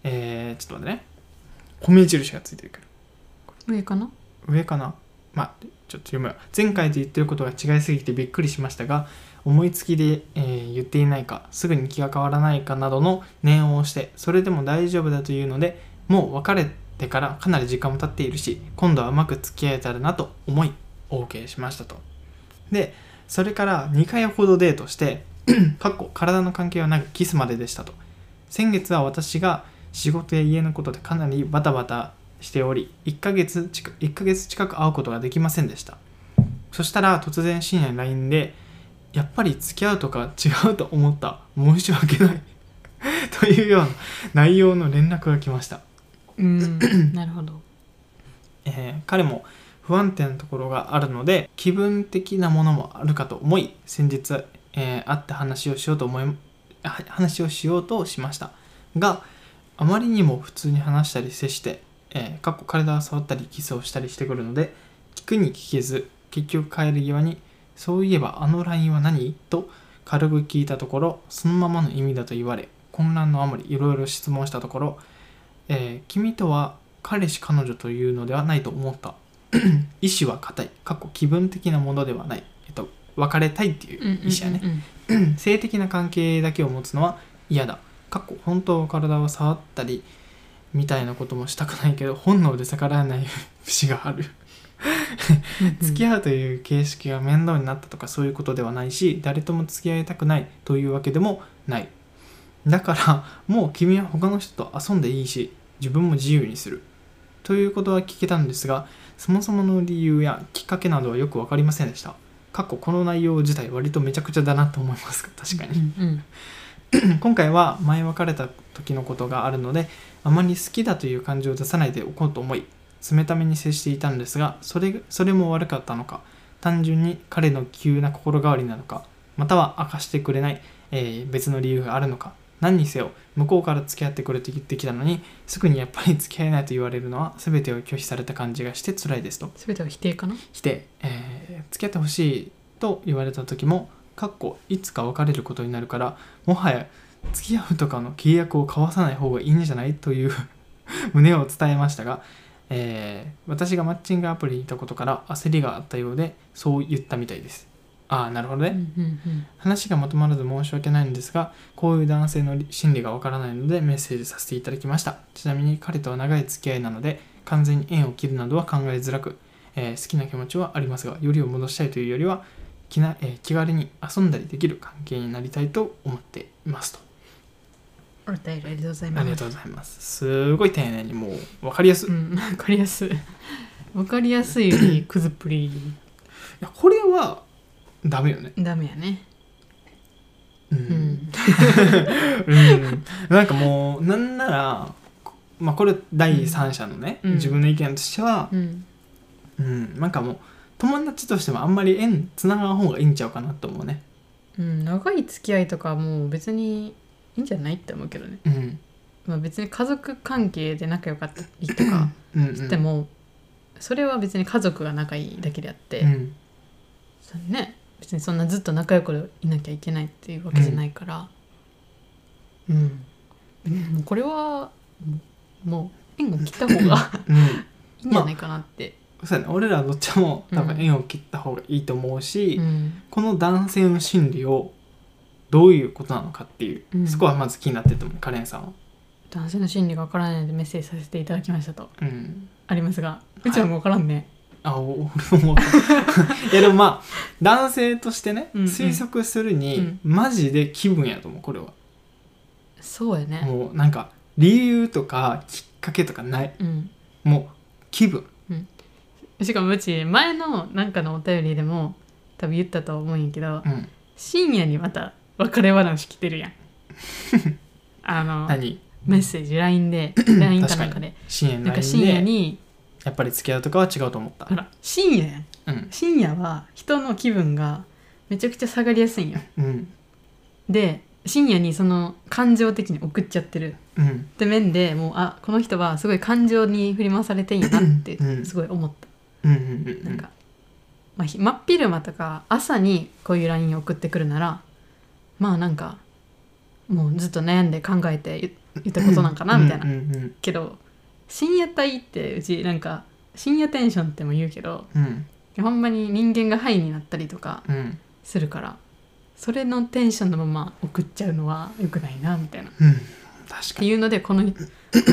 Speaker 1: えーちょっと待ってね米印がついてるから
Speaker 2: 上かな
Speaker 1: 上かなまあちょっと読むよ前回と言ってることが違いすぎてびっくりしましたが思いつきで、えー言っていないかすぐに気が変わらないかなどの念を押してそれでも大丈夫だというのでもう別れてからかなり時間も経っているし今度はうまく付き合えたらなと思い OK しましたとでそれから2回ほどデートして かっこ体の関係はなくキスまででしたと先月は私が仕事や家のことでかなりバタバタしており1ヶ月近く1ヶ月近く会うことができませんでしたそしたら突然深夜に LINE で「やっぱり付き合うとか違うと思った申し訳ない」 というような内容の連絡が来ました、
Speaker 2: うんなるほど
Speaker 1: えー彼も不安定なところがあるので気分的なものもあるかと思い先日、えー会って話をしようと思いあ話をしようとしましたがあまりにも普通に話したり接して、えー、かっこ体を触ったりキスをしたりしてくるので聞くに聞けず結局帰る際に「そういえばあの LINE は何?」と軽く聞いたところそのままの意味だと言われ混乱のあまりいろいろ質問したところ、えー君とは彼氏 彼女というのではないと思った意志は固いかっこ気分的なものではないえっと、別れたいっていう
Speaker 2: うんうん
Speaker 1: 意思やね、
Speaker 2: うん
Speaker 1: 性的な関係だけを持つのは嫌だかっこ本当は体を触ったりみたいなこともしたくないけど本能で逆らえない節がある
Speaker 2: うん
Speaker 1: 付き合うという形式が面倒になったとかそういうことではないし誰とも付き合いたくないというわけでもないだからもう君は他の人と遊んでいいし自分も自由にするということは聞けたんですがそもそもの理由やきっかけなどはよく分かりませんでしたかっここの内容自体割とめちゃくちゃだなと思いますが確かに
Speaker 2: うんうん
Speaker 1: 今回は前別れた時のことがあるのであまり好きだという感情を出さないでおこうと思い冷ために接していたんですがそれそれも悪かったのか単純に彼の急な心変わりなのかまたは明かしてくれない、えー別の理由があるのか何にせよ向こうから付き合ってくれと言ってきたのにすぐにやっぱり付き合えないと言われるのは全てを拒否された感じがして辛いですと
Speaker 2: 全ては否定かな
Speaker 1: して、えー付き合ってほしいと言われた時もかっこいつか別れることになるからもはや付き合うとかの契約を交わさない方がいいんじゃないという 胸を伝えましたが、えー私がマッチングアプリにいたことから焦りがあったようでそう言ったみたいですああなるほどね、
Speaker 2: うんうんうん
Speaker 1: 話がまとまらず申し訳ないんですがこういう男性の心理がわからないのでメッセージさせていただきましたちなみに彼とは長い付き合いなので完全に縁を切るなどは考えづらく、えー好きな気持ちはありますがよりを戻したいというよりは気な、えー気軽に遊んだりできる関係になりたいと思っていますと
Speaker 2: お便りありがとうござい
Speaker 1: あ
Speaker 2: ま
Speaker 1: りが
Speaker 2: す
Speaker 1: とうございますすごい丁寧にもう分かりやすい,、
Speaker 2: う
Speaker 1: い
Speaker 2: んわかりやすいわかりやすいよりクズっぷり
Speaker 1: やこれはダメよね
Speaker 2: ダメやね
Speaker 1: う、
Speaker 2: うんん
Speaker 1: うん、なんかもうなんならこまあこれ第三者のね、
Speaker 2: うん
Speaker 1: 自分の意見としては
Speaker 2: うん
Speaker 1: うん、なんかもう友達としてもあんまり縁つながらん方がいいんちゃうかなと思うね
Speaker 2: うん長い付き合いとかはもう別にいいんじゃないって思うけどね
Speaker 1: うん
Speaker 2: まあ別に家族関係で仲良かったりとか
Speaker 1: うんうん
Speaker 2: でもそれは別に家族が仲いいだけであって、
Speaker 1: うん
Speaker 2: そのね別にそんなずっと仲良くいなきゃいけないっていうわけじゃないからうん、もうこれはもう縁を切った方が
Speaker 1: うん
Speaker 2: いいんじゃないかなって、
Speaker 1: そうやね俺らどっちも多
Speaker 2: う
Speaker 1: 分
Speaker 2: ん
Speaker 1: 縁を切った方がいいと思うし、
Speaker 2: うん
Speaker 1: この男性の心理をどういうことなのかっていう、
Speaker 2: うん
Speaker 1: そこはまず気になっててもカレンさんは
Speaker 2: 男性の心理がわからないのでメッセージさせていただきましたと
Speaker 1: うん
Speaker 2: ありますが
Speaker 1: いう
Speaker 2: ちらもわからんね、
Speaker 1: あお俺も いやでもまあ男性としてね、
Speaker 2: うんうん
Speaker 1: 推測するに、
Speaker 2: うん
Speaker 1: マジで気分やと思うこれは
Speaker 2: そうやね
Speaker 1: もうなんか理由とかきっかけとかない
Speaker 2: うん
Speaker 1: もう気分
Speaker 2: しかもうち前のなんかのお便りでも多分言ったと思うんやけど
Speaker 1: うん
Speaker 2: 深夜にまた別れ話来てるやんあの
Speaker 1: 何
Speaker 2: メッセージ LINE で LINE かなんかで
Speaker 1: 深夜
Speaker 2: なん
Speaker 1: の
Speaker 2: か深夜
Speaker 1: LINE で
Speaker 2: に
Speaker 1: やっぱり付き合うとかは違うと思った
Speaker 2: ほら深夜やん
Speaker 1: うん
Speaker 2: 深夜は人の気分がめちゃくちゃ下がりやすいんよ
Speaker 1: うん
Speaker 2: で深夜にその感情的に送っちゃってる
Speaker 1: うん
Speaker 2: って面でもうあこの人はすごい感情に振り回されてんやなって
Speaker 1: うん
Speaker 2: すごい思っ
Speaker 1: う
Speaker 2: た
Speaker 1: んうんうん
Speaker 2: なんか、まあひ、真っ昼間とか朝にこういう LINE を送ってくるならまあなんかもうずっと悩んで考えて言言ったことなんかなみたいな、
Speaker 1: うんうん
Speaker 2: けど深夜帯ってうちなんか深夜テンションっても言うけど
Speaker 1: うん
Speaker 2: ほんまに人間がハイになったりとか
Speaker 1: うん
Speaker 2: するからそれのテンションのまま送っちゃうのは良くないなみたいなっ
Speaker 1: うん確か
Speaker 2: て
Speaker 1: に
Speaker 2: いうのでこのこ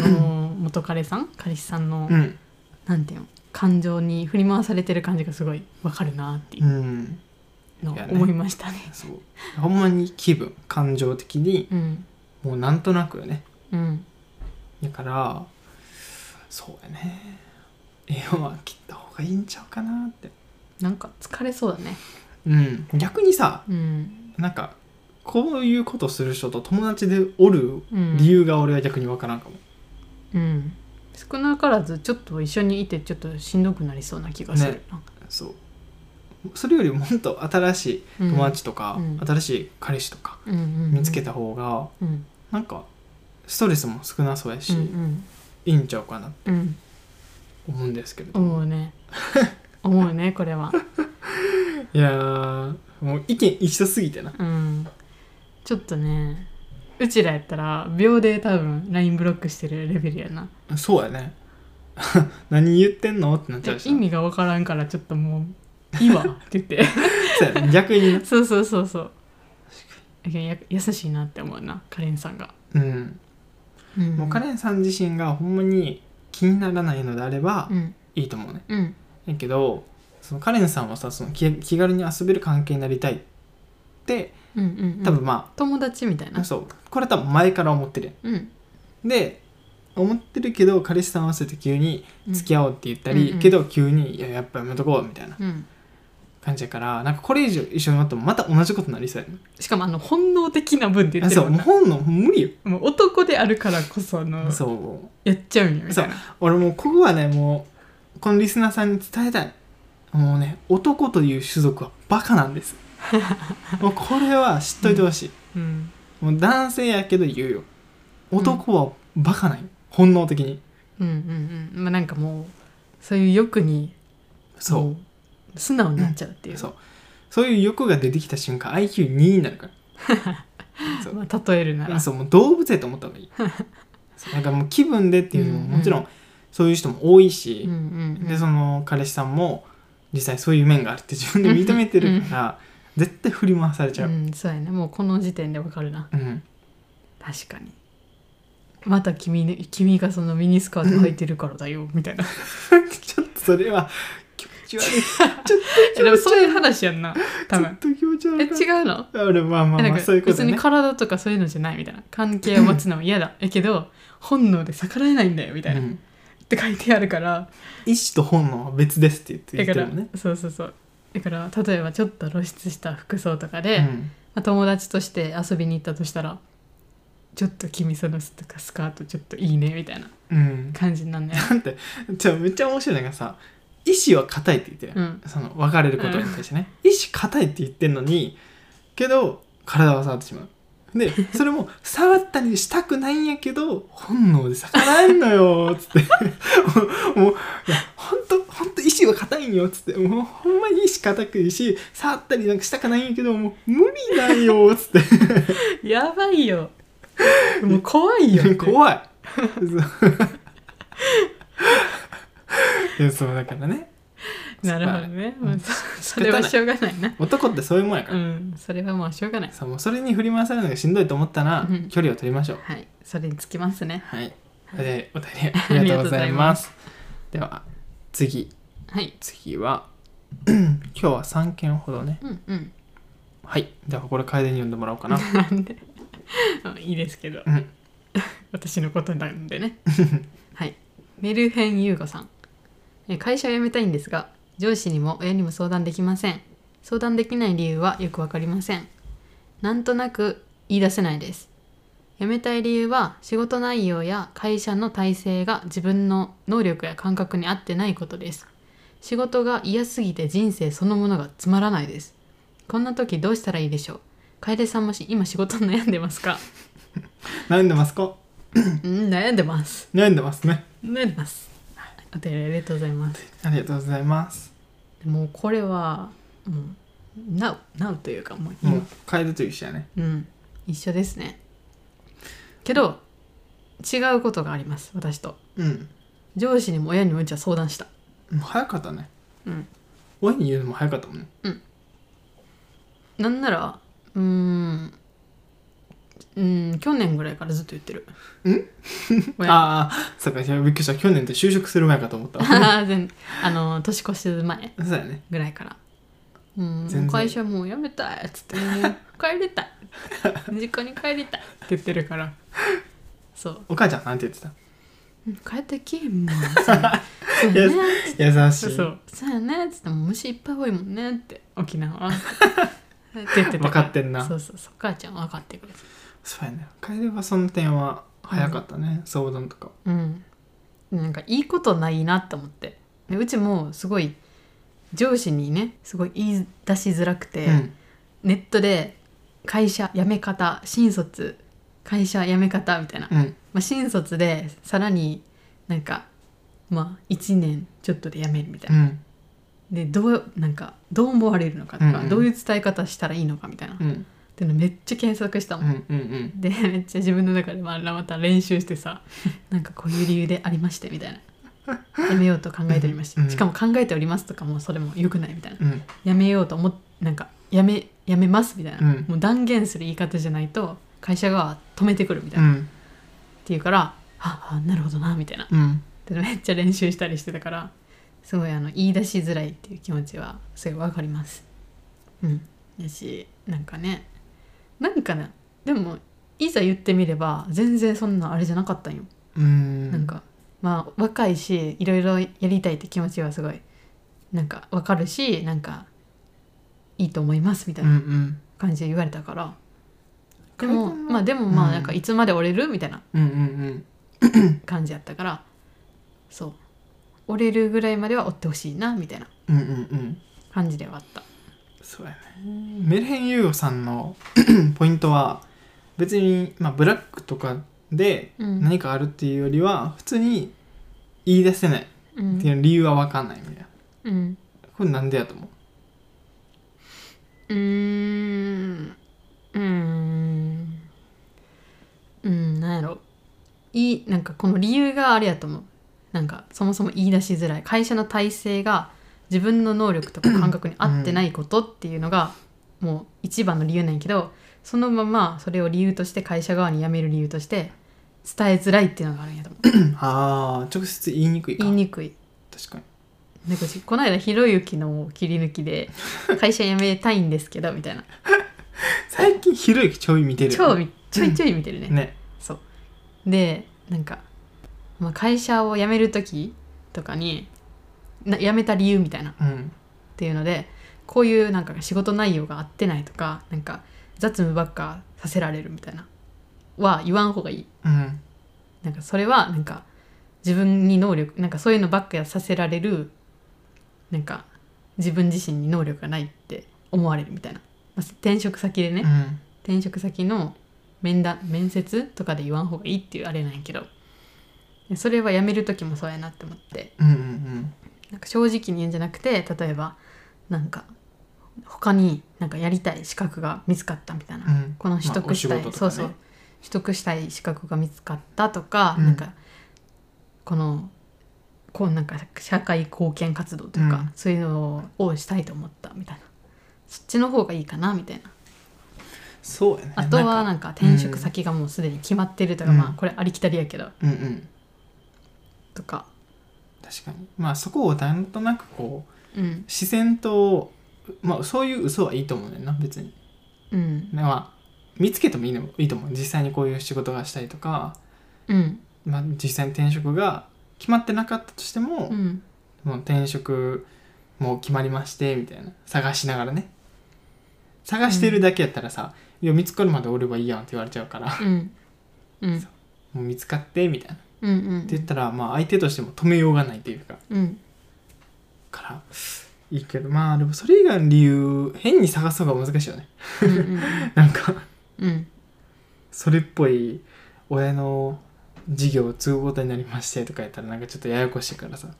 Speaker 2: の元彼さん彼氏さんの、
Speaker 1: うん
Speaker 2: なんていうの感情に振り回されてる感じがすごいわかるなっていう
Speaker 1: うん
Speaker 2: のを
Speaker 1: いやね
Speaker 2: 思いましたね。
Speaker 1: そうほんまに気分感情的に
Speaker 2: うん
Speaker 1: もうなんとなくよね
Speaker 2: うん
Speaker 1: だからそうやね縁は切った方がいいんちゃうかなって
Speaker 2: なんか疲れそうだね。
Speaker 1: うん逆にさ
Speaker 2: うん
Speaker 1: なんかこういうことする人と友達でおる
Speaker 2: うん、
Speaker 1: 理由が俺は逆にわからんかも
Speaker 2: うん、少なからずちょっと一緒にいてちょっとしんどくなりそうな気がする
Speaker 1: ね
Speaker 2: な。
Speaker 1: そうそれよりもっと新しい
Speaker 2: うん
Speaker 1: 友達とか、
Speaker 2: うん
Speaker 1: 新しい彼氏とか
Speaker 2: うんうんうん
Speaker 1: 見つけた方が
Speaker 2: うん
Speaker 1: なんかストレスも少なそうやし、
Speaker 2: うん
Speaker 1: いいんちゃうかなと
Speaker 2: うんうん
Speaker 1: 思うんですけれど、
Speaker 2: 思う ね思うねこれは。
Speaker 1: いやーもう意見一緒すぎてな
Speaker 2: うんちょっとねうちらやったら秒で多分 LINE ブロックしてるレベルやな。
Speaker 1: そうやね 何言ってんのってなっちゃ
Speaker 2: で
Speaker 1: うしな
Speaker 2: 意味がわからんからちょっともういいわって言って
Speaker 1: そうやね逆に な
Speaker 2: そうそうそうそういやや優しいなって思うなカレンさんが、
Speaker 1: うん、
Speaker 2: うん、
Speaker 1: もうカレンさん自身がほんまに気にならないのであれば
Speaker 2: うん
Speaker 1: いいと思うね、
Speaker 2: うん
Speaker 1: やけどそのカレンさんはさその気気軽に遊べる関係になりたいって
Speaker 2: うんうんうん
Speaker 1: 多分ま
Speaker 2: 友達みたい
Speaker 1: あ、
Speaker 2: な
Speaker 1: そうこれ多分前から思ってるや
Speaker 2: うん
Speaker 1: んで思ってるけど彼氏さん合わせて急に付き合おうって言ったり、
Speaker 2: うんうん
Speaker 1: けど急に「いややっぱやめとこう」みたいな
Speaker 2: うん
Speaker 1: 感じやからなんかこれ以上一緒になってもまた同じことになりそうやね
Speaker 2: しかもあの本能的な分って言
Speaker 1: あ
Speaker 2: って
Speaker 1: そ
Speaker 2: る
Speaker 1: う
Speaker 2: も
Speaker 1: も
Speaker 2: ん
Speaker 1: う
Speaker 2: な
Speaker 1: 本能無理よ、
Speaker 2: もう男であるからこその
Speaker 1: そう
Speaker 2: やっちゃうんよみたいな
Speaker 1: 俺もうここはねもうこのリスナーさんに伝えたいもうね男という種族はバカなんです もうこれは知っといてほしい、
Speaker 2: うん
Speaker 1: もう男性やけど言うよ男はバカない、本能的に
Speaker 2: うんうんうんまあなんかもうそういう欲に
Speaker 1: そう、
Speaker 2: もう素直になっちゃうっていう、
Speaker 1: そうそういう欲が出てきた瞬間 IQ2 になるからそう
Speaker 2: まあ、例えるなら
Speaker 1: そうもう動物やと思った方 がいいそうなんかもう気分でっていうの
Speaker 2: うんうん
Speaker 1: ももちろんそういう人も多いし、
Speaker 2: うんうんうん
Speaker 1: でその彼氏さんも実際そういう面があるって自分で認めてるから絶対振り回されちゃう、
Speaker 2: う
Speaker 1: うん
Speaker 2: ん、そうやねもうこの時点でわかるな確かにまた君,、ね、君がそのミニスカート履いてるからだよみたいな
Speaker 1: ちょっとそれは気持ち悪い
Speaker 2: えでもそういう話やんな多分
Speaker 1: ちょっと気持ち
Speaker 2: え
Speaker 1: 悪い
Speaker 2: 違うの
Speaker 1: あれまあまあま
Speaker 2: えなん
Speaker 1: あ
Speaker 2: か
Speaker 1: そういうこと
Speaker 2: 別に
Speaker 1: ね
Speaker 2: 体とかそういうのじゃないみたいな関係を持つのは嫌だえけど本能で逆らえないんだよみたいな、
Speaker 1: う
Speaker 2: っ
Speaker 1: ん
Speaker 2: て書いてあるから
Speaker 1: 意志と本能は別ですって言って言
Speaker 2: だ
Speaker 1: ってる
Speaker 2: から、
Speaker 1: もんね
Speaker 2: そうそうそうだから例えばちょっと露出した服装とかで、
Speaker 1: う
Speaker 2: ま
Speaker 1: ん
Speaker 2: あ、友達として遊びに行ったとしたらちょっと君そのスカートちょっといいねみたいな
Speaker 1: うん
Speaker 2: 感じになんだよ、
Speaker 1: なんてじゃめっちゃ面白いのがさ意志は硬いって言ってる
Speaker 2: う
Speaker 1: やん、
Speaker 2: ん、
Speaker 1: その別れることに対してね、意志硬いって言ってんのにけど体は触ってしまうでそれも触ったりしたくないんやけど本能で逆らえんのよつってもうもういやほんとほんと意志は硬いんよつってもうほんまに意志硬くいし触ったりなんかしたくないんやけどもう無理だよつって
Speaker 2: やばいよ。もう 怖いよって。
Speaker 1: 怖いそう いやそうだからね
Speaker 2: なるほどね。
Speaker 1: うん
Speaker 2: まあそそれはしょうがない な。
Speaker 1: 男ってそういうもんやから、
Speaker 2: うん、それはもうしょうがない。
Speaker 1: さあもうそれに振り回されるのがしんどいと思ったら、
Speaker 2: うん
Speaker 1: 距離を取りましょう
Speaker 2: はい、それにつきますね。
Speaker 1: はいそれでお便りありがとうございますでは次
Speaker 2: はい。
Speaker 1: 次は 今日は3件ほどね
Speaker 2: うんうん。
Speaker 1: はいじゃあこれ楓に読んでもらおうか な
Speaker 2: なんで、うんいいですけど、
Speaker 1: うん
Speaker 2: 私のことなんで ね。はい。メルヘン・ユーゴさん。え会社を辞めたいんですが、上司にも親にも相談できません。相談できない理由はよくわかりません。なんとなく言い出せないです。辞めたい理由は仕事内容や会社の体制が自分の能力や感覚に合ってないことです。仕事が嫌すぎて人生そのものがつまらないです。こんな時どうしたらいいでしょう楓さんもし今仕事に悩んでますか
Speaker 1: 悩んでますか
Speaker 2: うん悩んでます。
Speaker 1: 悩んでますね
Speaker 2: 悩んでます。お便りありがとうございます。
Speaker 1: ありがとうございます
Speaker 2: もうこれはもう now now というかもう今、
Speaker 1: もう楓と一緒やね
Speaker 2: うん、一緒ですねけど違うことがあります私と
Speaker 1: うん
Speaker 2: 上司にも親にもうちは相談した
Speaker 1: もう早かったね
Speaker 2: うん
Speaker 1: 親に言うのも早かったもんね
Speaker 2: なんならうーんうーん去年ぐらいからずっと言ってるん
Speaker 1: あ
Speaker 2: あ
Speaker 1: あそうかいやびっくりした去年って就職する前かと思 ったわ
Speaker 2: 全 あの年越し前
Speaker 1: そうやね
Speaker 2: ぐらいからうん
Speaker 1: 全然
Speaker 2: 会社もう辞めたいっつってもう帰りた い実家に帰りたいって言ってるからそう
Speaker 1: お母ちゃんなんて言ってた
Speaker 2: うん帰ってきえんもんそう
Speaker 1: いや
Speaker 2: やね
Speaker 1: 優し
Speaker 2: そう
Speaker 1: い
Speaker 2: そうそうやねっつっても虫いっぱい多いもんねって沖縄 はって言ってたら
Speaker 1: 分かってんな
Speaker 2: そうそうそう母ちゃん分かってくれて
Speaker 1: そうやね楓はその点は早かったね、相談とか
Speaker 2: うんなんかいいことないなと思ってでうちもすごい上司にねすごい言い出しづらくて、
Speaker 1: うん
Speaker 2: ネットで会社辞め方新卒会社辞め方みたいな、
Speaker 1: うん
Speaker 2: まあ、新卒でさらになんかまあ1年ちょっとで辞めるみたいうな、
Speaker 1: ん
Speaker 2: でどうなんかどう思われるのかとか、
Speaker 1: うんうん
Speaker 2: どういう伝え方したらいいのかみたいな、
Speaker 1: う
Speaker 2: っ
Speaker 1: ん
Speaker 2: ていうのめっちゃ検索した
Speaker 1: う
Speaker 2: もん、
Speaker 1: んうん
Speaker 2: でめっちゃ自分の中でまあまた練習してさなんかこういう理由でありましてみたいなやめようと考えておりました、
Speaker 1: うん
Speaker 2: しかも考えておりますとかもうそれも良くないみたいな
Speaker 1: うん
Speaker 2: やめようと思っなんかやめやめますみたいな、
Speaker 1: うん
Speaker 2: もう断言する言い方じゃないと会社が止めてくるみたいうな、っ
Speaker 1: ん
Speaker 2: ていうからああなるほどなみたいな
Speaker 1: うん
Speaker 2: でめっちゃ練習したりしてたからすごいあの言い出しづらいっていう気持ちはすごいわかりますうんやしなんかねなんかねでもいざ言ってみれば全然そんなあれじゃなかったんよ
Speaker 1: うん
Speaker 2: なんかまあ若いしいろいろやりたいって気持ちはすごいなんかわかるしなんかいいと思いますみた
Speaker 1: う
Speaker 2: い
Speaker 1: んう
Speaker 2: なん感じで言われたから、でも
Speaker 1: 海軍
Speaker 2: まあでも
Speaker 1: う
Speaker 2: まあ
Speaker 1: ん
Speaker 2: なんかいつまで折れるみたいな
Speaker 1: うんうん
Speaker 2: 感じやったからそう折れるぐらいまでは折ってほしいなみたいな
Speaker 1: うんうんうんうん
Speaker 2: 感じではあった
Speaker 1: そうやねメルヘン・ユーゴさんのポイントは別に、まあ、ブラックとかで
Speaker 2: うん
Speaker 1: 何かあるっていうよりは普通に言い出せないっ
Speaker 2: う
Speaker 1: て
Speaker 2: ん
Speaker 1: いう理由は分かんないみたいな
Speaker 2: うん
Speaker 1: これなんでやと思う
Speaker 2: うーんうーんうんなんやろいいなんかこの理由があれやと思うなんかそもそも言い出しづらい会社の体制が自分の能力とか 感覚に合ってないことっていうのが、もう一番の理由なんやけどそのままそれを理由として会社側に辞める理由として伝えづらいっていうのがあるんやと思う
Speaker 1: ああ直接言いにくいか
Speaker 2: 言いにくい
Speaker 1: 確かに
Speaker 2: なんかうちこの間ひろゆきの切り抜きで「会社辞めたいんですけど」み たいな
Speaker 1: 最近ひろゆきちょい見てる
Speaker 2: 超
Speaker 1: 見
Speaker 2: みちょいちょい見てるね
Speaker 1: ね
Speaker 2: そうでなんか、まあ、会社を辞める時とかにな辞めた理由みたいなっ
Speaker 1: うん
Speaker 2: ていうのでこういうなんか仕事内容が合ってないとかなんか雑務ばっかさせられるみたいなは言わん方がいい
Speaker 1: うん
Speaker 2: なんかそれはなんか自分に能力なんかそういうのばっかさせられるなんか自分自身に能力がないって思われるみたいな、まあ、転職先でね、
Speaker 1: うん
Speaker 2: 転職先の面談面接とかで言わん方がいいっていうあれなんやけどそれは辞める時もそうやなって思って
Speaker 1: うんうん
Speaker 2: なんか正直に言うんじゃなくて例えばなんか他になんかやりたい資格が見つかったみたいな、
Speaker 1: うんうん
Speaker 2: この取得したい、
Speaker 1: まあお仕事とかね
Speaker 2: そうそう取得したい資格が見つかったとか、
Speaker 1: うん
Speaker 2: なんかこのこうなんか社会貢献活動というか、
Speaker 1: うん
Speaker 2: そういうのをしたいと思ったみたいなそっちの方がいいかなみたいな
Speaker 1: そうやね
Speaker 2: あとは
Speaker 1: な
Speaker 2: なん
Speaker 1: か
Speaker 2: んか転職先がもうすでに決まってるとか、
Speaker 1: うん
Speaker 2: まあこれありきたりやけど
Speaker 1: うんうん
Speaker 2: とか、
Speaker 1: 確かにまあそこをなんとなくこう
Speaker 2: うん
Speaker 1: 自然とまあそういう嘘はいいと思うねんな別に
Speaker 2: うん
Speaker 1: ねまあ見つけてもいいのいいと思う実際にこういう仕事がしたいとか、
Speaker 2: うん
Speaker 1: まあ、実際に転職が決まってなかったとしても、
Speaker 2: うん
Speaker 1: もう転職もう決まりましてみたいな探しながらね探してるだけやったらさ、いや見つかるまでおればいいやんって言われちゃうから
Speaker 2: うんうん
Speaker 1: そもう見つかってみたいなって
Speaker 2: うんうん
Speaker 1: 言ったら、まあ相手としても止めようがないというか
Speaker 2: うん
Speaker 1: からいいけどまあでもそれ以外の理由変に探す方が難しいよね
Speaker 2: うんうん
Speaker 1: なんか
Speaker 2: うん
Speaker 1: それっぽい親の事業を継ぐことになりましてとかやったらなんかちょっとややこしいからさ
Speaker 2: だ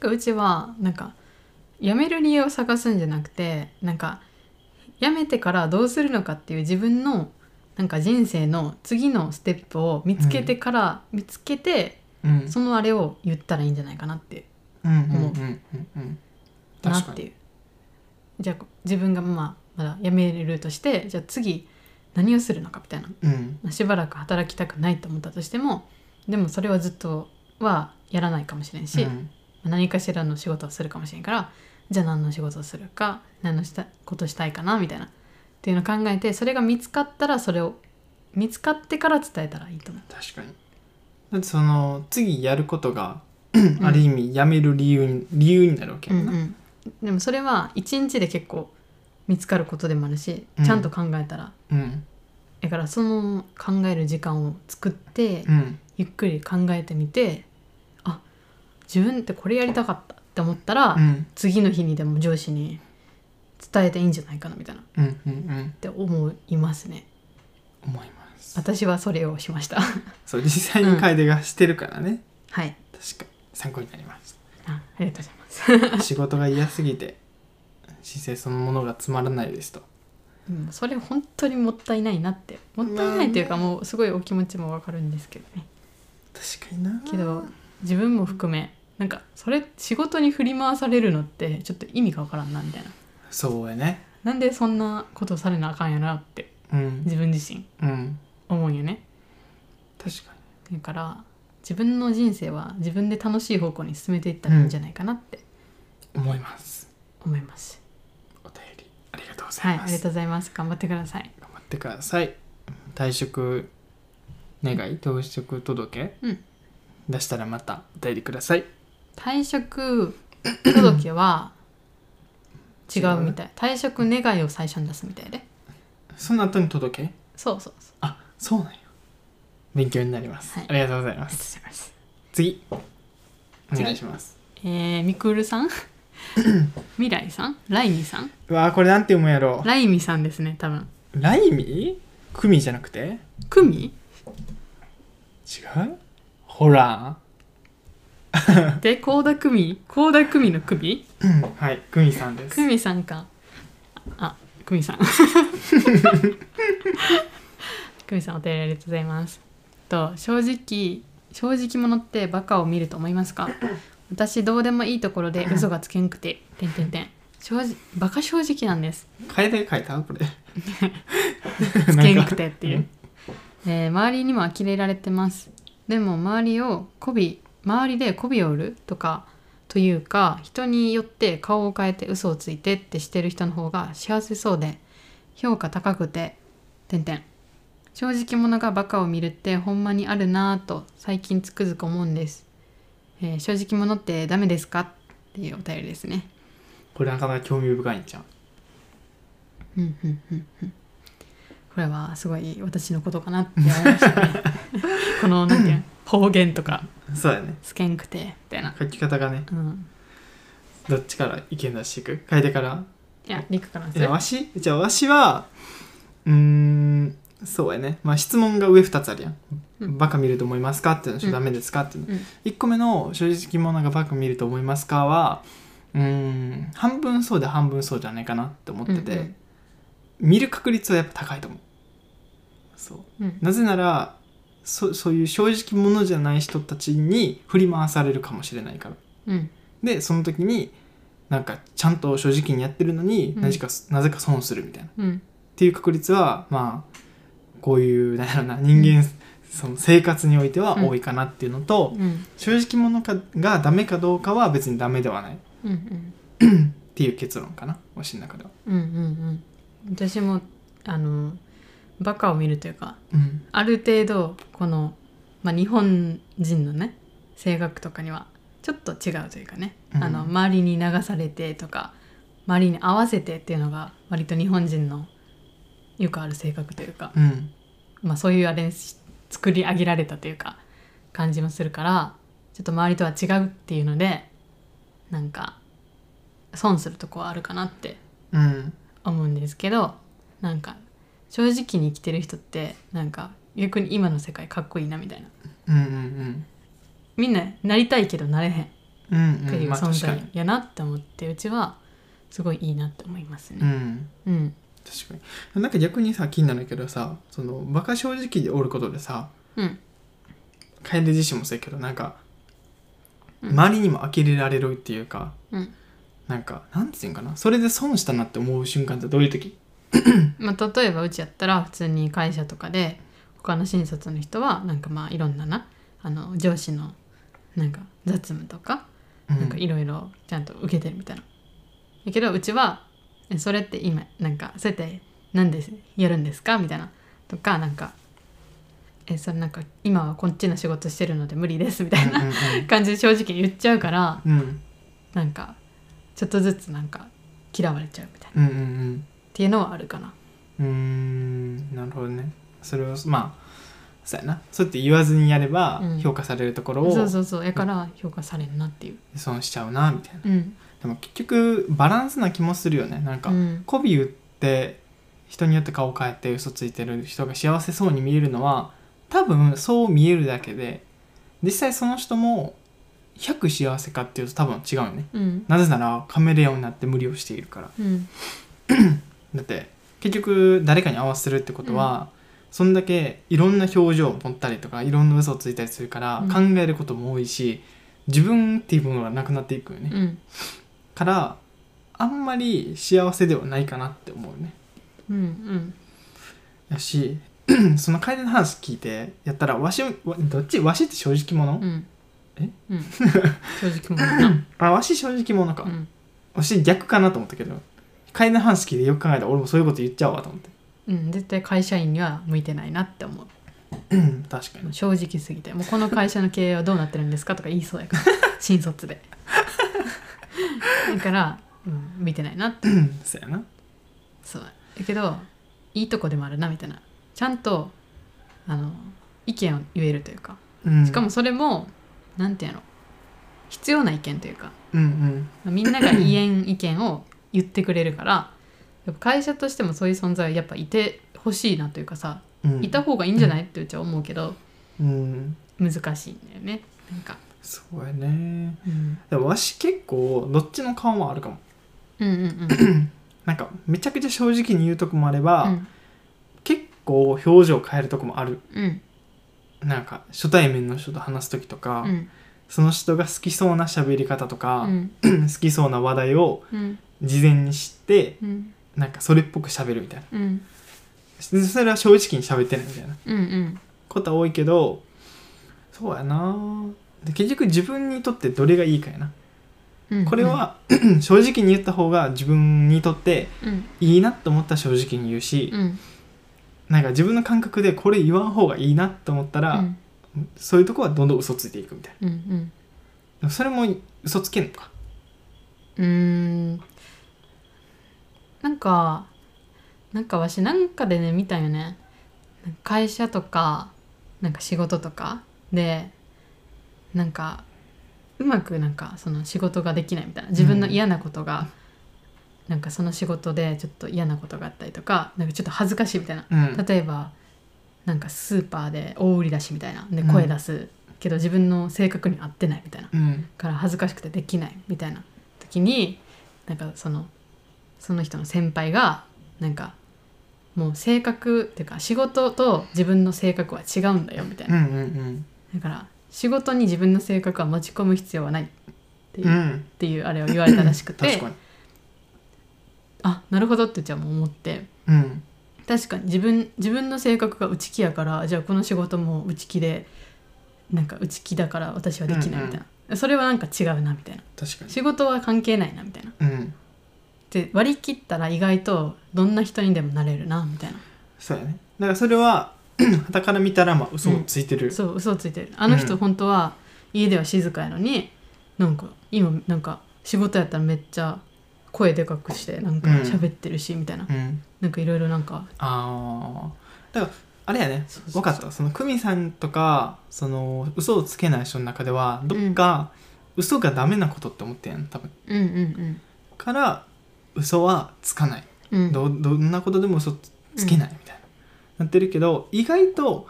Speaker 2: からうちはなんか辞める理由を探すんじゃなくてなんか辞めてからどうするのかっていう自分のなんか人生の次のステップを見つけてから、見つけて
Speaker 1: うん
Speaker 2: そのあれを言ったらいいんじゃないかなって
Speaker 1: うんうんうんうんうん
Speaker 2: な
Speaker 1: 確
Speaker 2: っ
Speaker 1: か
Speaker 2: て
Speaker 1: に
Speaker 2: いうじゃあ自分がまあまだ辞めるとしてじゃあ次何をするのかみたいな
Speaker 1: うん
Speaker 2: まあしばらく働きたくないと思ったとしてもでもそれはずっとはやらないかもしれんし、
Speaker 1: う
Speaker 2: ま
Speaker 1: ん
Speaker 2: あ何かしらの仕事をするかもしれんからじゃあ何の仕事をするか何のしたことしたいかなみたいなっていうのを考えてそれが見つかったらそれを見つかってから伝えたらいいと思
Speaker 1: 確かにだってその次やることがある意味やめる理由に理由になるわけ
Speaker 2: う、
Speaker 1: やんな、
Speaker 2: でもそれは一日で結構見つかることでもあるしちゃんと考えたら
Speaker 1: うん
Speaker 2: だからその考える時間を作って、
Speaker 1: うん
Speaker 2: ゆっくり考えてみてあ自分ってこれやりたかったって思ったら、
Speaker 1: うん
Speaker 2: 次の日にでも上司に伝えていいんじゃないかなみたいなっ
Speaker 1: うんうんうん
Speaker 2: て思いますね
Speaker 1: 思います
Speaker 2: 私はそれをしました
Speaker 1: そう実際に楓がしてるからね、
Speaker 2: はい
Speaker 1: 確かに参考になりまし
Speaker 2: あありがとうございます、
Speaker 1: た仕事が嫌すぎて人生そのものがつまらないですと
Speaker 2: うん、それ本当にもったいないなってもったいないというかもうすごいお気持ちもわかるんですけどね
Speaker 1: 確かにな
Speaker 2: けど自分も含めなんかそれ仕事に振り回されるのってちょっと意味がわからんなみたいな
Speaker 1: そうやね
Speaker 2: なんでそんなことされなあかんやなって
Speaker 1: うん
Speaker 2: 自分自身
Speaker 1: うん
Speaker 2: 思うんよね
Speaker 1: 確か
Speaker 2: だから自分の人生は自分で楽しい方向に進めていったらいいんじゃないかなって
Speaker 1: に思います
Speaker 2: 思います、
Speaker 1: お便りありがとうござ
Speaker 2: はいいあ
Speaker 1: ま
Speaker 2: りが
Speaker 1: す、
Speaker 2: とうございます頑張ってください
Speaker 1: 頑張ってください退職願い退職届、
Speaker 2: うん
Speaker 1: 出したらまたお便りください
Speaker 2: 退職届は違うみたい退職願いを最初に出すみたいで
Speaker 1: その後に届け
Speaker 2: そうそうそう
Speaker 1: あそうなんや勉強になります、
Speaker 2: はい
Speaker 1: ありがとうござい
Speaker 2: あ
Speaker 1: ま
Speaker 2: りがとうご
Speaker 1: す
Speaker 2: ざいます
Speaker 1: 次お
Speaker 2: 次
Speaker 1: 願いします
Speaker 2: えー、みくるさ ん未来さんライミさん
Speaker 1: うわーこれなんて読むんやろ
Speaker 2: ライミさんですね多分
Speaker 1: ライミクミじゃなくて違う
Speaker 2: クミ
Speaker 1: ほら
Speaker 2: で高田クミ高田クミのクミ
Speaker 1: うんはいクミさんです
Speaker 2: クミさんかあクミさん クミさんお便りありがとうございますと正直正直者ってバカを見ると思いますか私どうでもいいところで嘘がつけんくて点点点正直バカ正直なんです
Speaker 1: 楓書いたこれ
Speaker 2: つけにくてってい
Speaker 1: な
Speaker 2: う、えー周りにも呆れられてますでも周りを媚び周りで媚びを売るとかというか人によって顔を変えて嘘をついてってしてる人の方が幸せそうで評価高くて点々正直者がバカを見るってほんまにあるなぁと最近つくづく思うんです、えー正直者ってダメですかっていうお便りですね
Speaker 1: これなかなか興味深いんじゃん
Speaker 2: うんうんうんうんこれはすごい私のことかなって思いましたねこのなんていうの方言とか
Speaker 1: そうだね
Speaker 2: 「つけんくて」みたいな、
Speaker 1: 書き方がね
Speaker 2: うん、
Speaker 1: どっちから意見出していく楓から
Speaker 2: いやりくからす
Speaker 1: いや
Speaker 2: る
Speaker 1: わしじゃあわしはうーんそうやねまあ質問が上2つあるやん、
Speaker 2: うん
Speaker 1: バカ見ると思いますかっていうの
Speaker 2: うん
Speaker 1: ダメですかっていうの、
Speaker 2: うん
Speaker 1: 1個目の正直者がバカ見ると思いますかはうーん半分そうで半分そうじゃないかなって思ってて、
Speaker 2: うんうん
Speaker 1: 見る確率はやっぱ高いと思うそう
Speaker 2: うん
Speaker 1: なぜならそそういう正直者じゃない人たちに振り回されるかもしれないから
Speaker 2: うん
Speaker 1: でその時になんかちゃんと正直にやってるのに、
Speaker 2: うん
Speaker 1: なぜかなぜか損するみたいなっ
Speaker 2: うん
Speaker 1: ていう確率はまあこういうなんやろな人間、その生活においては多いかなっていうのと、
Speaker 2: うん
Speaker 1: 正直者かがダメかどうかは別にダメではないっ
Speaker 2: うんうん
Speaker 1: ていう結論かなわしの中では。
Speaker 2: うんうんうん私もあのバカを見るというか
Speaker 1: うん
Speaker 2: ある程度この、まあ、日本人のね性格とかにはちょっと違うというかね、
Speaker 1: うん
Speaker 2: あの周りに流されてとか周りに合わせてっていうのが割と日本人のよくある性格というか、
Speaker 1: うん
Speaker 2: まあ、そういうあれにし作り上げられたというか感じもするからちょっと周りとは違うっていうのでなんか損するとこはあるかなって
Speaker 1: うん
Speaker 2: 思うんですけどなんか正直に生きてる人ってなんか逆に今の世界かっこいいなみたいな
Speaker 1: うんうん
Speaker 2: みんななりたいけどなれへんっ
Speaker 1: うんうん
Speaker 2: て
Speaker 1: う
Speaker 2: い
Speaker 1: ん
Speaker 2: う
Speaker 1: まあ
Speaker 2: 存
Speaker 1: 確か
Speaker 2: 在
Speaker 1: に。
Speaker 2: やなって思ってうちはすごいいいなって思います
Speaker 1: う
Speaker 2: ね。
Speaker 1: ん
Speaker 2: うん、
Speaker 1: 確かになんか逆にさ気になるけどさそのバカ正直でおることでさ
Speaker 2: うん、
Speaker 1: 楓自身もそうやけどなんか、
Speaker 2: うん
Speaker 1: 周りにも呆れられるっていうか、
Speaker 2: うん
Speaker 1: なんかなんていうんかなそれで損したなって思う瞬間ってどういう時
Speaker 2: まあ例えばうちやったら普通に会社とかで他の新卒の人はなんかまあいろんななあの上司のなんか雑務とかなんかいろいろちゃんと受けてるみたいな。だけどうちはえそれって今なんかそうやってなんでやるんですかみたいなとかなんかえそれなんか今はこっちの仕事してるので無理ですみたいな感じで正直に言っちゃうから
Speaker 1: うんうん
Speaker 2: なんかちょっとずつなんか嫌われちゃうみたいなっ
Speaker 1: うんうんうん
Speaker 2: ていうのはあるかな。
Speaker 1: うんうーんなるほどねそれをまあそうやなそうやって言わずにやれば
Speaker 2: うん
Speaker 1: 評価されるところ
Speaker 2: そ
Speaker 1: を
Speaker 2: うそうそうやから評価されんなっていう。
Speaker 1: 損しちゃうなみたいな、
Speaker 2: うん
Speaker 1: でも結局バランスな気もするよねなんか、
Speaker 2: うん
Speaker 1: 媚び売って人によって顔変えて嘘ついてる人が幸せそうに見えるのは多分そう見えるだけで実際その人も100幸せかっていうと多分違うよね
Speaker 2: うん
Speaker 1: なぜならカメレオンになって無理をしているから
Speaker 2: うん
Speaker 1: だって結局誰かに合わせるってことは、そんだけいろんな表情を持ったりとかいろんな嘘をついたりするから、
Speaker 2: うん
Speaker 1: 考えることも多いし自分っていうものがなくなっていくよね、
Speaker 2: うん
Speaker 1: からあんまり幸せではないかなって思うね
Speaker 2: うんうん
Speaker 1: やし その楓の話聞いてやったらわしわどっちわしって正直者、
Speaker 2: うん
Speaker 1: え
Speaker 2: うん正直者な
Speaker 1: あわし正直者か、
Speaker 2: うん
Speaker 1: わし逆かなと思ったけど楓の話聞いてよく考えたら俺もそういうこと言っちゃうわと思って
Speaker 2: うん絶対会社員には向いてないなって思う
Speaker 1: うん確かに
Speaker 2: 正直すぎてもうこの会社の経営はどうなってるんですかとか言いそ うやから新卒でだから、うん、見てないなって
Speaker 1: うんそうやな
Speaker 2: そうだけどいいとこでもあるなみたいなちゃんとあの意見を言えるというか
Speaker 1: うん
Speaker 2: しかもそれも、なんていうの必要な意見というか
Speaker 1: うんうん
Speaker 2: みんなが言えん意見を言ってくれるからやっぱ会社としてもそういう存在はやっぱいてほしいなというかさ
Speaker 1: うん
Speaker 2: いた方がいいんじゃないってうちは思うけど
Speaker 1: うん
Speaker 2: 難しいんだよねなんか、
Speaker 1: そうやね
Speaker 2: うん、
Speaker 1: でもわし結構どっちの顔もあるかも
Speaker 2: うんうん
Speaker 1: なんかめちゃくちゃ正直に言うとこもあれば、
Speaker 2: うん
Speaker 1: 結構表情変えるとこもある
Speaker 2: うん
Speaker 1: なんか初対面の人と話す時とか、
Speaker 2: うん
Speaker 1: その人が好きそうな喋り方と
Speaker 2: う
Speaker 1: か、
Speaker 2: ん
Speaker 1: 好きそうな話題を
Speaker 2: うん
Speaker 1: 事前に知って
Speaker 2: うん
Speaker 1: なんかそれっぽく喋るみたいな
Speaker 2: うん
Speaker 1: でそれは正直に喋ってないみたいな
Speaker 2: うんうん
Speaker 1: ことは多いけどそうやなで結局自分にとってどれがいいかやな
Speaker 2: うん
Speaker 1: これは 正直に言った方が自分にとって
Speaker 2: うん
Speaker 1: いいなと思ったら正直に言うし、
Speaker 2: うん
Speaker 1: なんか自分の感覚でこれ言わん方がいいなと思った
Speaker 2: う
Speaker 1: ら、
Speaker 2: ん
Speaker 1: そういうとこはどんどん嘘ついていくみたいな
Speaker 2: うんうん
Speaker 1: でもそれも嘘つけんのか
Speaker 2: うーんなんかなんかわしなんかでね見たよねなんか会社とかなんか仕事とかでなんかうまくなんかその仕事ができないみたいな自分の嫌なことが、なんかその仕事でちょっと嫌なことがあったりとかなんかちょっと恥ずかしいみたいな
Speaker 1: うん
Speaker 2: 例えばなんかスーパーで大売り出しみたいなで
Speaker 1: うん
Speaker 2: 声出す、けど自分の性格に合ってないみたいな
Speaker 1: うん
Speaker 2: から恥ずかしくてできないみたいな時になんかそのその人の先輩がなんかもう性格っていうか仕事と自分の性格は違うんだよみたい
Speaker 1: うんう
Speaker 2: な、
Speaker 1: ん
Speaker 2: だから仕事に自分の性格は持ち込む必要はないってい
Speaker 1: うんう
Speaker 2: う,、っ
Speaker 1: ん
Speaker 2: ていうあれを言われたらしく
Speaker 1: 確
Speaker 2: て
Speaker 1: かに
Speaker 2: あなるほどってうちはもう思って。
Speaker 1: うん
Speaker 2: 確かに自分自分の性格が内気やからじゃあこの仕事も内気でなんか内気だから私はできないみたいな、それはなんか違うなみたいな
Speaker 1: 確かに
Speaker 2: 仕事は関係ないなみたいな
Speaker 1: うん
Speaker 2: で割り切ったら意外とどんな人にでもなれるなみたいな
Speaker 1: そうやねだからそれは 傍から見たらまあ嘘をついてる、
Speaker 2: そう嘘をついてるあの
Speaker 1: う
Speaker 2: 人
Speaker 1: ん
Speaker 2: 本当は家では静かやのになんか今なんか仕事やったらめっちゃ声でかくしてなんか
Speaker 1: うん
Speaker 2: 喋ってるしみたいな、
Speaker 1: うん
Speaker 2: なんかいろいろなんか
Speaker 1: ああだからあれやね
Speaker 2: そうそうそ
Speaker 1: 分
Speaker 2: う
Speaker 1: かったその久美さんとかその嘘をつけない人の中ではどっか嘘がダメなことって思ってんやん多分
Speaker 2: うんうん
Speaker 1: から嘘はつかない
Speaker 2: うんうん
Speaker 1: どどんなことでも嘘つつけないみたいな、なってるけど意外と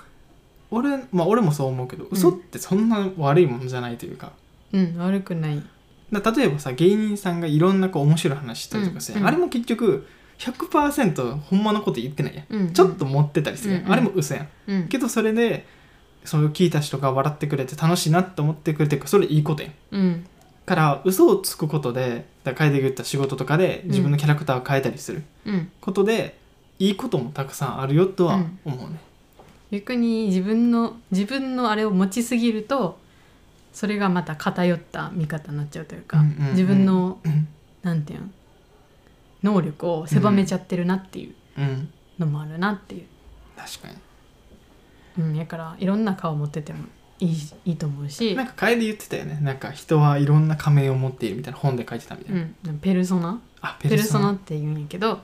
Speaker 1: 俺,、まあ、俺もそう思うけど嘘ってそんな悪いものじゃないというか,、
Speaker 2: うん悪くない
Speaker 1: だから例えばさ芸人さんがいろんなこう面白い話したりとかして、
Speaker 2: うんうん
Speaker 1: あれも結局100%ほんまのこと言ってないやん、
Speaker 2: うん
Speaker 1: ちょっと持ってたりするやん、
Speaker 2: うんうん
Speaker 1: あれも嘘やん
Speaker 2: うん
Speaker 1: けどそれでそれを聞いた人が笑ってくれて楽しいなって思ってくれてるからそれいいことやん
Speaker 2: うん
Speaker 1: から嘘をつくことでだから楓が言った仕事とかで自分のキャラクターを変えたりする、
Speaker 2: うん
Speaker 1: ことでいいこともたくさんあるよとは思うね、
Speaker 2: 逆に自分の自分のあれを持ちすぎるとそれがまた偏った見方になっちゃうというか、
Speaker 1: うんうんうん
Speaker 2: 自分の
Speaker 1: うん
Speaker 2: なんていうの能力を狭めちゃってるなっていう
Speaker 1: うん
Speaker 2: のもあるなっていう、
Speaker 1: 確か
Speaker 2: うん、やからいろんな顔持っててもいいいいと思う
Speaker 1: に
Speaker 2: し
Speaker 1: なん、か楓言ってたよねなんか人はいろんな仮面を持っているみたいな本で書いてたみたいうな、
Speaker 2: ん、ペルソナ
Speaker 1: あペ
Speaker 2: ペルソナって言うんやけど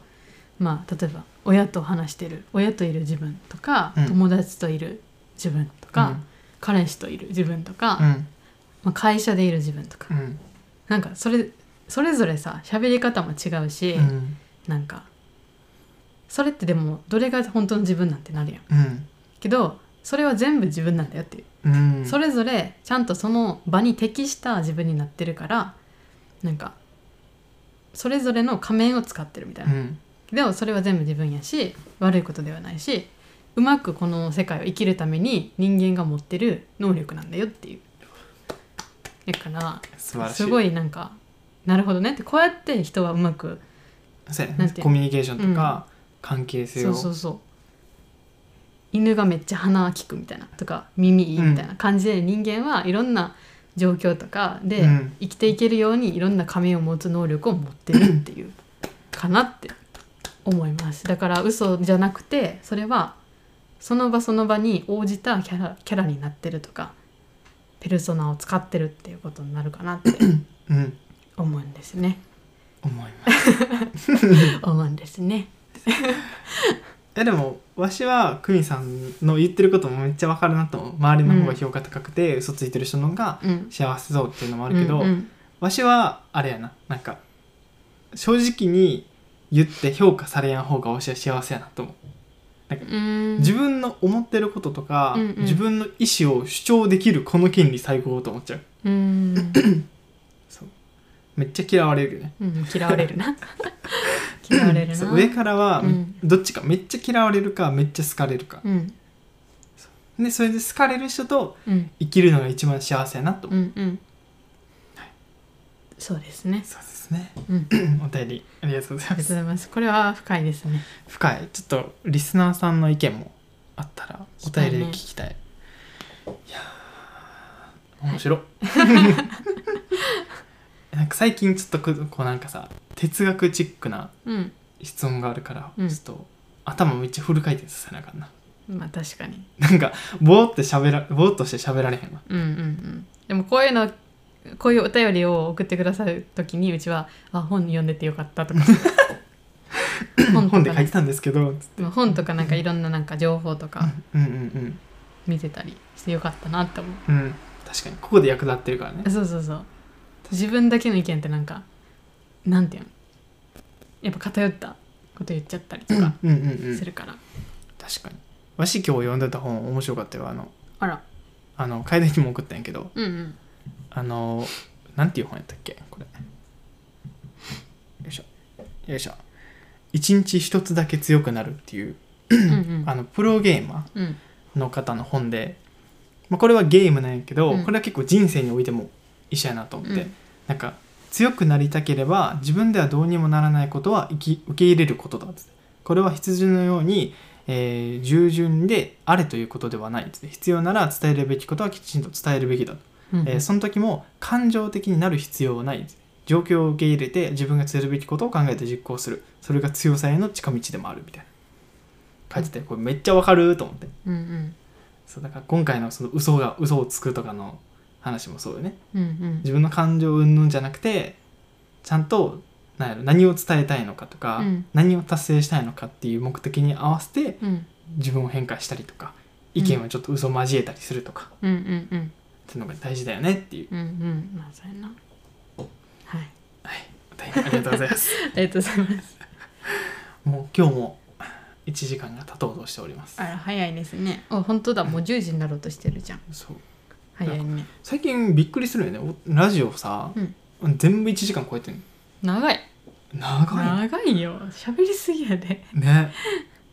Speaker 2: まあ例えば親と話してる親といる自分とか、
Speaker 1: うん
Speaker 2: 友達といる自分とか、彼氏といる自分とか、
Speaker 1: うんうん
Speaker 2: まあ、会社でいる自分とか
Speaker 1: う、ん
Speaker 2: なんかそれそれぞれさ喋り方も違うし、
Speaker 1: うん
Speaker 2: なんかそれってでもどれが本当の自分なんてなるやん
Speaker 1: うん
Speaker 2: けどそれは全部自分なんだよってい
Speaker 1: う
Speaker 2: う、
Speaker 1: ん
Speaker 2: それぞれちゃんとその場に適した自分になってるからなんかそれぞれの仮面を使ってるみたいうな、
Speaker 1: ん
Speaker 2: でもそれは全部自分やし悪いことではないしうまくこの世界を生きるために人間が持ってる能力なんだよっていうだか
Speaker 1: 素晴
Speaker 2: ら
Speaker 1: らしい
Speaker 2: すごいなんかなるほどねってこうやって人はうまく
Speaker 1: そうやね
Speaker 2: なんていうの
Speaker 1: コミュニケーションとか、関係性
Speaker 2: そ
Speaker 1: を
Speaker 2: うそうそう犬がめっちゃ鼻利くみたいなとか耳いいみたいな感じで、人間はいろんな状況とかで
Speaker 1: うん
Speaker 2: 生きていけるようにいろんな仮面を持つ能力を持ってるっていうかなって思いますだから嘘じゃなくてそれはその場その場に応じたキャラキャラになってるとかペルソナを使ってるっていうことになるかなって
Speaker 1: うん、
Speaker 2: 思うんです ね
Speaker 1: 思います
Speaker 2: 思うんですね
Speaker 1: えでもわしは久美さんの言ってることもめっちゃわかるなと思う周りの方が評価高くて、嘘ついてる人の方が
Speaker 2: うん
Speaker 1: 幸せそうっていうのもあるけど、
Speaker 2: うんうん
Speaker 1: わしはあれやななんか正直に言って評価されやん方がわしは幸せやなと思う
Speaker 2: うん
Speaker 1: 自分の思ってることとか、
Speaker 2: うんうん
Speaker 1: 自分の意思を主張できるこの権利最高と思っちゃう
Speaker 2: うん
Speaker 1: そうめっちゃ嫌われるよね
Speaker 2: うん、嫌われ るな嫌われる
Speaker 1: そ
Speaker 2: な
Speaker 1: う上からは、
Speaker 2: うん
Speaker 1: どっちかめっちゃ嫌われるかめっちゃ好かれるか、
Speaker 2: うん
Speaker 1: でそれで好かれる人と
Speaker 2: うん
Speaker 1: 生きるのが一番幸せやなと思
Speaker 2: う
Speaker 1: う、
Speaker 2: んうんそうですね
Speaker 1: そうですね
Speaker 2: うん
Speaker 1: お便りありがとうござい
Speaker 2: あ
Speaker 1: ま
Speaker 2: りがとうご
Speaker 1: す
Speaker 2: ざいますこれは深いですね
Speaker 1: 深いちょっとリスナーさんの意見もあったらお
Speaker 2: 聞きたいね
Speaker 1: 便りで聞きたいい,、やー面白い なんか最近ちょっとここうなんかさ哲学チックな
Speaker 2: うん
Speaker 1: 質問があるから、
Speaker 2: うん
Speaker 1: ちょっと頭めっちゃフル回転させなあかんな
Speaker 2: まあ確かに
Speaker 1: なんかぼーって喋らぼーっとして喋られへんわ
Speaker 2: うんうんうんでもこういうのこういうお便りを送ってくださるときにうちは「あ本読んでてよかった」とか本
Speaker 1: 本で
Speaker 2: とか
Speaker 1: 書い
Speaker 2: ね
Speaker 1: てたんですけどつって
Speaker 2: でも本とかなんかいろんななんか情報とか
Speaker 1: うんうん
Speaker 2: 見てたりしてよかったなって思
Speaker 1: う
Speaker 2: う
Speaker 1: んうん確かにここで役立ってるからね
Speaker 2: そうそうそう自分だけの意見ってなんかなんていうのやっぱ偏ったこと言っちゃったりとか
Speaker 1: うんうんうん
Speaker 2: するから、
Speaker 1: 確かにわし今日読んでた本面白かったよあの
Speaker 2: あら
Speaker 1: あの楓にも送ったんやけど
Speaker 2: うんうん
Speaker 1: あのなんていう本やったっけこれよいしょよいしょ一日一つだけ強くなるっていう
Speaker 2: うんうん
Speaker 1: あのプロゲーマ
Speaker 2: うん
Speaker 1: ーの方の本で、まあ、これはゲームなんやけど、
Speaker 2: うん
Speaker 1: これは結構人生においても一緒やなと思って、
Speaker 2: うん
Speaker 1: なんか強くなりたければ自分ではどうにもならないことは生き受け入れることだっつってこれは羊のように、えー従順であれということではないっつって必要なら伝えるべきことはきちんと伝えるべきだと
Speaker 2: うん
Speaker 1: えーその時も感情的になる必要はない状況を受け入れて自分がするべきことを考えて実行するそれが強さへの近道でもあるみたいな書いててこれめっちゃわかると思って
Speaker 2: うんうん
Speaker 1: そうだから今回のその嘘が嘘をつくとかの話もそうよね
Speaker 2: うんうん
Speaker 1: 自分の感情云々じゃなくてちゃんと何やろ何を伝えたいのかとか、
Speaker 2: うん
Speaker 1: 何を達成したいのかっていう目的に合わせて
Speaker 2: うん
Speaker 1: 自分を変化したりとか意見をちょっと嘘交えたりするとか、
Speaker 2: うんうんうん
Speaker 1: っていうのが大事だよねっていう
Speaker 2: うんうんまあそうやなはい
Speaker 1: 大変ありがとうございます
Speaker 2: ありがとうございます
Speaker 1: もう今日も1時間が経とうとしております
Speaker 2: あら早いですねお本当だもう10時になろうとしてるじゃん
Speaker 1: そう
Speaker 2: 早いね
Speaker 1: 最近びっくりするよねおラジオさ、全部1時間超えてる
Speaker 2: 長い
Speaker 1: 長い
Speaker 2: 長いよ喋りすぎやで
Speaker 1: ね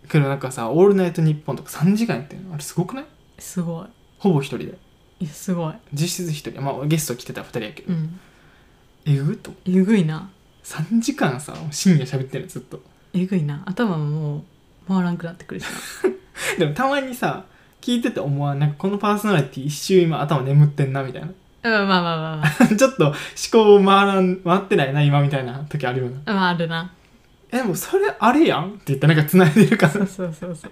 Speaker 1: けどなんかさ「オールナイトニッポン」とか3時間やってるのあれすごくない
Speaker 2: すごい
Speaker 1: ほぼ一人で
Speaker 2: いやすごい
Speaker 1: 実質一人まあゲスト来てた2人やけど、
Speaker 2: うん
Speaker 1: えぐっと
Speaker 2: えぐいな
Speaker 1: 3時間さ深夜喋ってるのずっと
Speaker 2: えぐいな頭もう回らんくなってくるし
Speaker 1: でもたまにさ聞いてて思わんなんかこのパーソナリティ一周今頭眠ってんなみたいな
Speaker 2: なうんまあまあまあま
Speaker 1: ちょっと思考回らん回ってないな今みたいな時あるよな
Speaker 2: あまああるな
Speaker 1: えでもそれあれやんって言ってなんか繋いでるか
Speaker 2: そう
Speaker 1: ら
Speaker 2: そうそうそう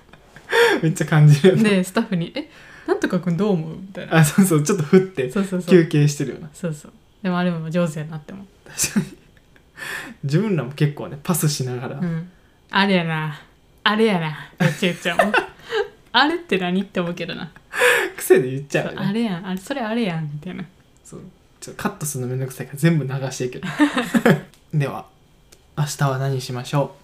Speaker 1: めっちゃ感じるよね
Speaker 2: でスタッフに「えなんとか君どう思う?」みたいな
Speaker 1: あそうそうちょっと振って
Speaker 2: そうそうそう
Speaker 1: 休憩してるよな
Speaker 2: そうそうでもあれも上手やなって思う、
Speaker 1: 確かに自分らも結構ねパスしながら、
Speaker 2: うん、あれやなあれやなめっちゃ言っちゃ うあれって何って思うけどな
Speaker 1: 癖で言っちゃうよ
Speaker 2: あ
Speaker 1: ね
Speaker 2: れやんあれそれあれやんみたいな
Speaker 1: そうちょっとカットするのめんどくさいから全部流してい くでは明日は何しましょ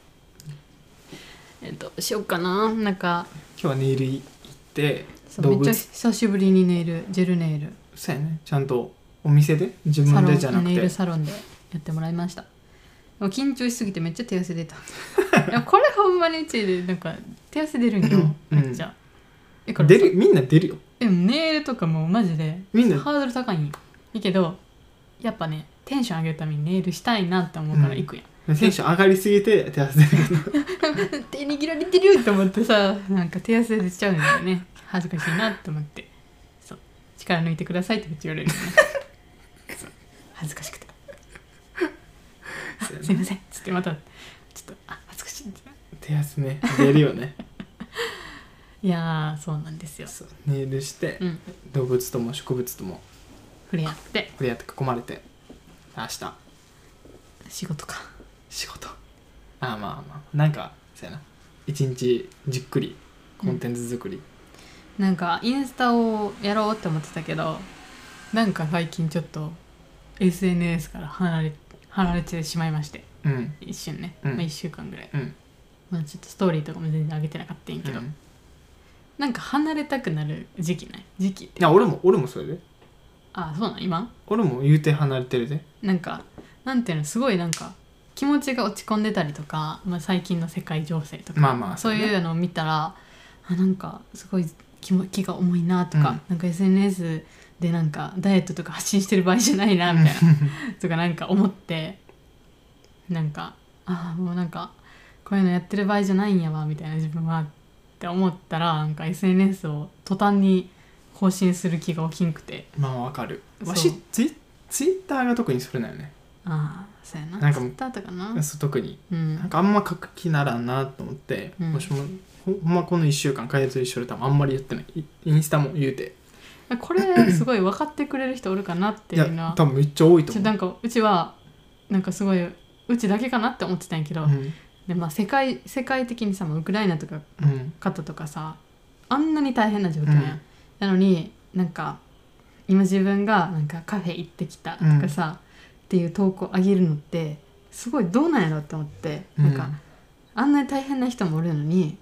Speaker 1: う
Speaker 2: えっとしようかななんか
Speaker 1: 今日はネイル行って
Speaker 2: そう
Speaker 1: 動
Speaker 2: めっち
Speaker 1: 物
Speaker 2: ゃ久しぶりにネイルジェルネイル
Speaker 1: そうやねちゃんとお店で自
Speaker 2: サ
Speaker 1: 分
Speaker 2: ロ
Speaker 1: でじゃな
Speaker 2: ン
Speaker 1: く
Speaker 2: ネイル
Speaker 1: て
Speaker 2: サロンでやってもらいました でも緊張しすぎてめっちゃ手汗出たいやこれほんまにうちでなんか手汗出るんよ
Speaker 1: うん
Speaker 2: めっちゃ、だから
Speaker 1: 出るみんな出るよ
Speaker 2: でもネイルとかもうマジで
Speaker 1: みんな
Speaker 2: ハードル高いんよいいけどやっぱねテンション上げるためにネイルしたいなって思うから行くやん、
Speaker 1: テンション上がりすぎて手汗出る
Speaker 2: 手握られてるって思ってさなんか手汗出ちゃうんだよね恥ずかしいなって思ってそう力抜いてくださいってめっちゃ 言われるよねそう恥ずかしくてあすいませんつってまたちょっとあ恥ずかしいって
Speaker 1: 手汗ね出るよね
Speaker 2: いやーそうなんですよ
Speaker 1: そうネイルして
Speaker 2: うん
Speaker 1: 動物とも植物とも
Speaker 2: 触れ合って
Speaker 1: 触れ合って囲まれて明日
Speaker 2: 仕事か
Speaker 1: 仕事ああまあまあなんかそうやな一日じっくりコンテンツ作り、
Speaker 2: なんかインスタをやろうって思ってたけどなんか最近ちょっと SNS から離れ離れてしまいまして
Speaker 1: うん
Speaker 2: 一瞬ね、
Speaker 1: うん
Speaker 2: まあ1週間ぐらい、
Speaker 1: うん
Speaker 2: まあ、ちょっとストーリーとかも全然上げてなかったんやけど、
Speaker 1: うん
Speaker 2: なんか離れたくなる時期ない時期っ
Speaker 1: い
Speaker 2: て
Speaker 1: や俺も俺もそれで
Speaker 2: あそうなん今
Speaker 1: 俺も言うて離れてるで
Speaker 2: なんかなんていうのすごいなんか気持ちが落ち込んでたりとか、まあ、最近の世界情勢とか、
Speaker 1: まあまあ
Speaker 2: そう
Speaker 1: そう
Speaker 2: い
Speaker 1: ね
Speaker 2: うのを見たらあなんかすごい気も気が重いなとか、
Speaker 1: うん
Speaker 2: なんか SNS でなんかダイエットとか発信してる場合じゃないなみたいなとかなんか思ってなんかああもうなんかこういうのやってる場合じゃないんやわみたいな自分はって思ったらなんか SNS を途端に更新する気が起きんくて
Speaker 1: まあわかる
Speaker 2: そう
Speaker 1: わしツイツイッターが特にそれなよね
Speaker 2: ああそうやな
Speaker 1: なんか
Speaker 2: ツイッターとかな
Speaker 1: そう特に
Speaker 2: うん
Speaker 1: なんかあんま書く気ならんなと思って、
Speaker 2: うん
Speaker 1: もしもほんまこの1週間開発一緒で多分あんまりやってないイインスタも言うて
Speaker 2: これすごい分かってくれる人おるかなって
Speaker 1: い
Speaker 2: いうの
Speaker 1: や
Speaker 2: は
Speaker 1: 多分めっちゃ多いと
Speaker 2: ちょ
Speaker 1: 思
Speaker 2: なんかうちはなんかすごいうちだけかなって思ってたんやけど、
Speaker 1: ううん
Speaker 2: でまあ、世界世界的にさもうウクライナとか
Speaker 1: うん
Speaker 2: 方とかさあんなに大変な状況
Speaker 1: う
Speaker 2: やん、
Speaker 1: ん
Speaker 2: なのになんか今自分がなんかカフェ行ってきたとかさ、っていう投稿あげるのってすごいどうなんやろって思って、なんかあんなに大変な人もおるのに、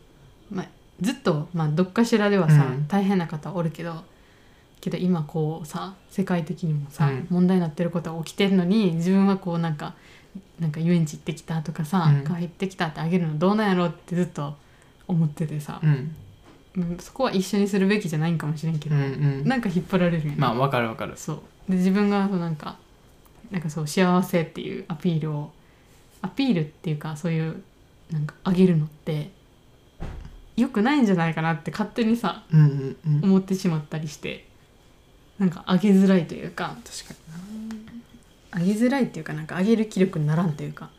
Speaker 2: まあ、ずっと、まあ、どっかしらではさ、
Speaker 1: うん
Speaker 2: 大変な方はおるけどけど今こうさ世界的にもさ、
Speaker 1: うん
Speaker 2: 問題になってることが起きてるのに自分はこうなんかなんか遊園地行ってきたとかさ、
Speaker 1: うん
Speaker 2: カフェ行ってきたってあげるのどうなんやろってずっと思っててさ
Speaker 1: う、ん
Speaker 2: うんそこは一緒にするべきじゃないんかもしれんけ
Speaker 1: う
Speaker 2: ど、
Speaker 1: んうん
Speaker 2: なんか引っ張られるよね、
Speaker 1: まあわかるわかる
Speaker 2: そうで自分がそうなんかなんかそう幸せっていうアピールをアピールっていうかそういうなんかあげるのって良くないんじゃないかなって勝手にさ
Speaker 1: うんうんうん
Speaker 2: 思ってしまったりしてなんかあげづらいというか
Speaker 1: 確か
Speaker 2: あげづらいっていうかなんかあげる気力にならんというか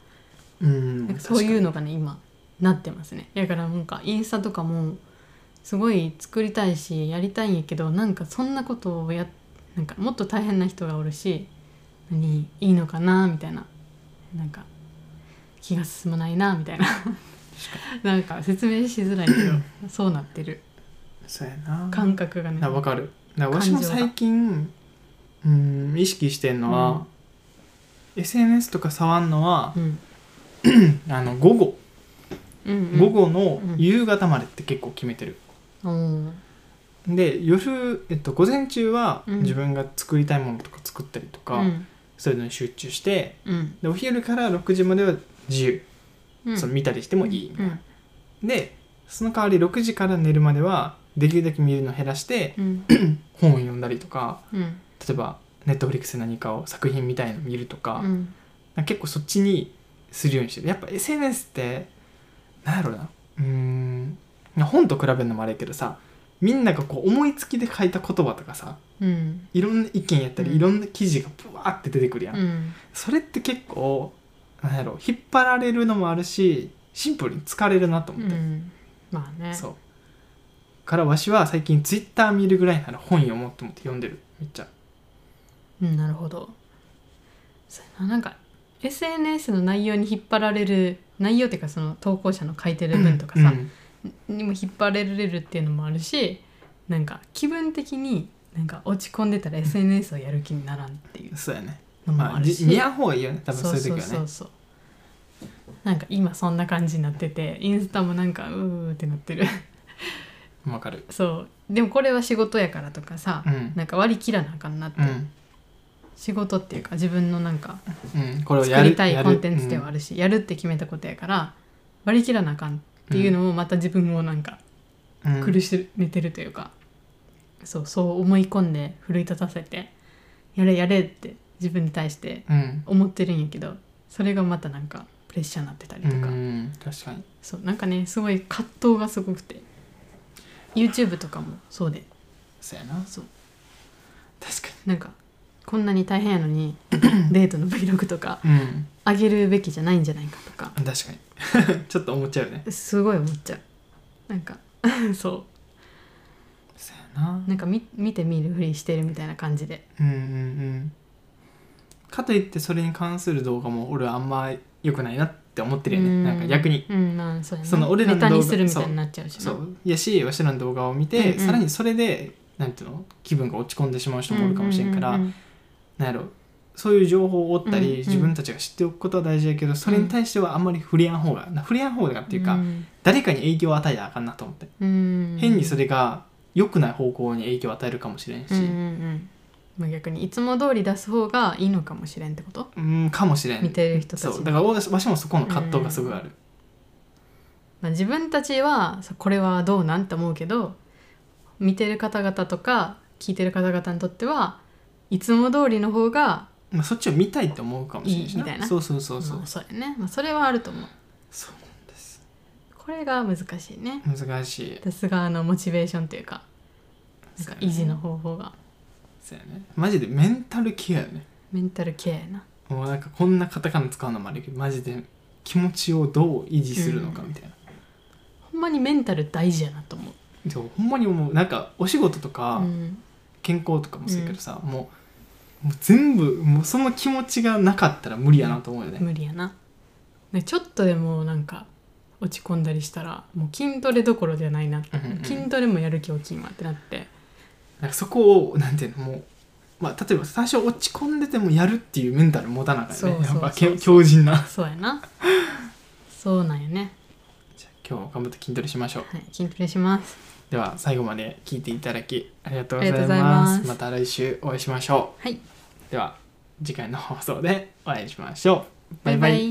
Speaker 1: にうん
Speaker 2: なんかそういう
Speaker 1: の
Speaker 2: のがね今なってますねだからなんかインスタとかもすごい作りたいしやりたいんやけどなんかそんなことをやなんかもっと大変な人がおるし何いいのかなみたいななんか気が進まないなみたいな なんか説明しづらいけ どそうなってる
Speaker 1: そうやな
Speaker 2: 感覚がね
Speaker 1: なわかるだから私も
Speaker 2: 感情が
Speaker 1: 最近うん意識してんのは、SNS とか触んのは
Speaker 2: う、ん
Speaker 1: あの午後
Speaker 2: うん
Speaker 1: 午後の
Speaker 2: うん
Speaker 1: 夕方までって結構決めてる、
Speaker 2: うんおー
Speaker 1: で夜、えっと、午前中は
Speaker 2: うん
Speaker 1: 自分が作りたいものとか作ったりとか、
Speaker 2: うん
Speaker 1: そういうのに集中して
Speaker 2: うん
Speaker 1: でお昼から6時までは自由、
Speaker 2: うん
Speaker 1: その見たりしてもいい、
Speaker 2: うん
Speaker 1: でその代わり6時から寝るまではできるだけ見るの減らして
Speaker 2: うん
Speaker 1: 本を読んだりとか
Speaker 2: うん
Speaker 1: 例えばネットフリックス何かを作品みたいの見るとか,、
Speaker 2: うん
Speaker 1: 結構そっちにするようにしてるやっぱ SNS ってなんやろうなうーん本と比べるのもあれやけどさみんながこう思いつきで書いた言葉とかさ
Speaker 2: うん
Speaker 1: いろんな意見やったり、
Speaker 2: うん
Speaker 1: いろんな記事がブワーって出てくるやん、
Speaker 2: うん
Speaker 1: それって結構なんやろう引っ張られるのもあるしシンプルに疲れるなと
Speaker 2: う
Speaker 1: 思って、
Speaker 2: んまあね
Speaker 1: そうからわしは最近ツイッター見るぐらいなら本読もうと思って読んでるめっちゃ
Speaker 2: うん、なるほどそうやななんか SNS の内容に引っ張られる内容っていうかその投稿者の書いてる文とか
Speaker 1: う
Speaker 2: さ、
Speaker 1: ん
Speaker 2: にも引っ張られるっていうのもあるしなんか気分的になんか落ち込んでたら SNS をやる気にならんっていう
Speaker 1: そうやね
Speaker 2: のも
Speaker 1: ま
Speaker 2: あ
Speaker 1: あ、
Speaker 2: るし、
Speaker 1: じ見合う方がいいよね多分そういう時はね
Speaker 2: そうそうそうなんか今そんな感じになっててインスタもなんかうーってなってる
Speaker 1: わかる
Speaker 2: そうでもこれは仕事やからとかさ、
Speaker 1: うん
Speaker 2: なんか割り切らなあかんなって、
Speaker 1: うん
Speaker 2: 仕事っていうか自分のなんか
Speaker 1: うんこれをや
Speaker 2: 作
Speaker 1: る
Speaker 2: りたいコンテンツではあ
Speaker 1: る
Speaker 2: るしやる,、って決めたことやから割り切らなあかんっっていうのもまた自分をなんか
Speaker 1: うん
Speaker 2: 苦しめてるというか、そうそう思い込んで奮い立たせてやれやれって自分に対して
Speaker 1: うん
Speaker 2: 思ってるんやけどそれがまたなんかプレッシャーになってた
Speaker 1: う
Speaker 2: りとか、
Speaker 1: ん確かに
Speaker 2: そうなんかねすごい葛藤がすごくて YouTube とかもそうで
Speaker 1: そうやな
Speaker 2: そう
Speaker 1: 確か
Speaker 2: なんかこんなに大変や のにデートの Vlog とか
Speaker 1: にうん
Speaker 2: あげるべきじゃないんじゃないかとか
Speaker 1: 確かに ちょっと思っちゃうよね
Speaker 2: すごい思っちゃうなん かそ
Speaker 1: そうやな
Speaker 2: うなんか見見て見るふりしてるみたいな感じで
Speaker 1: うんうんうんかといってそれに関する動画も俺はあんま良くないなって思ってるよ
Speaker 2: う
Speaker 1: ねなんか逆に
Speaker 2: うんまあそうやな
Speaker 1: その俺らの
Speaker 2: ネタ
Speaker 1: 動
Speaker 2: に
Speaker 1: 画
Speaker 2: するみたいになっちゃうしな
Speaker 1: そうやしわしらの動画を見て、
Speaker 2: うんうん
Speaker 1: さらにそれでなんていうの気分が落ち込んでしまう人もおるかもしれんから、
Speaker 2: ううんうん
Speaker 1: なんやろそういう情報を追ったり、
Speaker 2: うんうん
Speaker 1: 自分たちが知っておくことは大事やけどそれに対してはあんまり触れやん方がな触れやん方がっていうか、
Speaker 2: うん
Speaker 1: 誰かに影響を与えたらあかんなと思って、
Speaker 2: うん
Speaker 1: 変にそれが良くない方向に影響を与えるかもしれんし、
Speaker 2: うんうんうんまあ逆にいつも通り出す方がいいのかもしれんってこと
Speaker 1: うんかもしれん
Speaker 2: 見てる人たち
Speaker 1: そうだからわしわしもそこの葛藤がすごいある、
Speaker 2: まあ、自分たちはさこれはどうなんて思うけど見てる方々とか聞いてる方々にとってはいつも通りの方が
Speaker 1: まあ、そっちを見たいって思うかもしれんし
Speaker 2: いいみたいな
Speaker 1: そうそうそうそう、
Speaker 2: まあ、そうやね、まあ、それはあると思う
Speaker 1: そうなんです
Speaker 2: これが難しいね
Speaker 1: 難しい
Speaker 2: さすがあのモチベーションというかなんか維持の方法が
Speaker 1: そうやねマジでメンタルケアよね
Speaker 2: メンタルケアやな
Speaker 1: もうなんかこんなカタカナ使うのもあるけどマジで気持ちをどう維持するのかみたいな、
Speaker 2: ほんまにメンタル大事やなと思う、
Speaker 1: でもほんまにもうなんかお仕事とか、
Speaker 2: うん
Speaker 1: 健康とかもそうやけどさ、もうもう全部もうその気持ちがなかったら無理やなと思うよね、
Speaker 2: 無理やなねちょっとでもなんか落ち込んだりしたらもう筋トレどころじゃないな、
Speaker 1: うんうんうん
Speaker 2: 筋トレもやる気起きんわってなって
Speaker 1: なんかそこをなんていうのもう、まあ、例えば最初落ち込んでてもやるっていうメンタル持たなあかったね
Speaker 2: そうそうそう
Speaker 1: やっぱけ強靭な
Speaker 2: そうや なそうなんよね
Speaker 1: じゃあ今日も頑張って筋トレしましょう
Speaker 2: はい筋トレします
Speaker 1: では最後まで聞いていただきありがとうご
Speaker 2: あり
Speaker 1: ざ
Speaker 2: がと
Speaker 1: いう
Speaker 2: ござい
Speaker 1: ま
Speaker 2: ますす
Speaker 1: また来週お会いしましょ
Speaker 2: はいう
Speaker 1: では次回の放送でお会いしましょうバイバイ
Speaker 2: バイバイ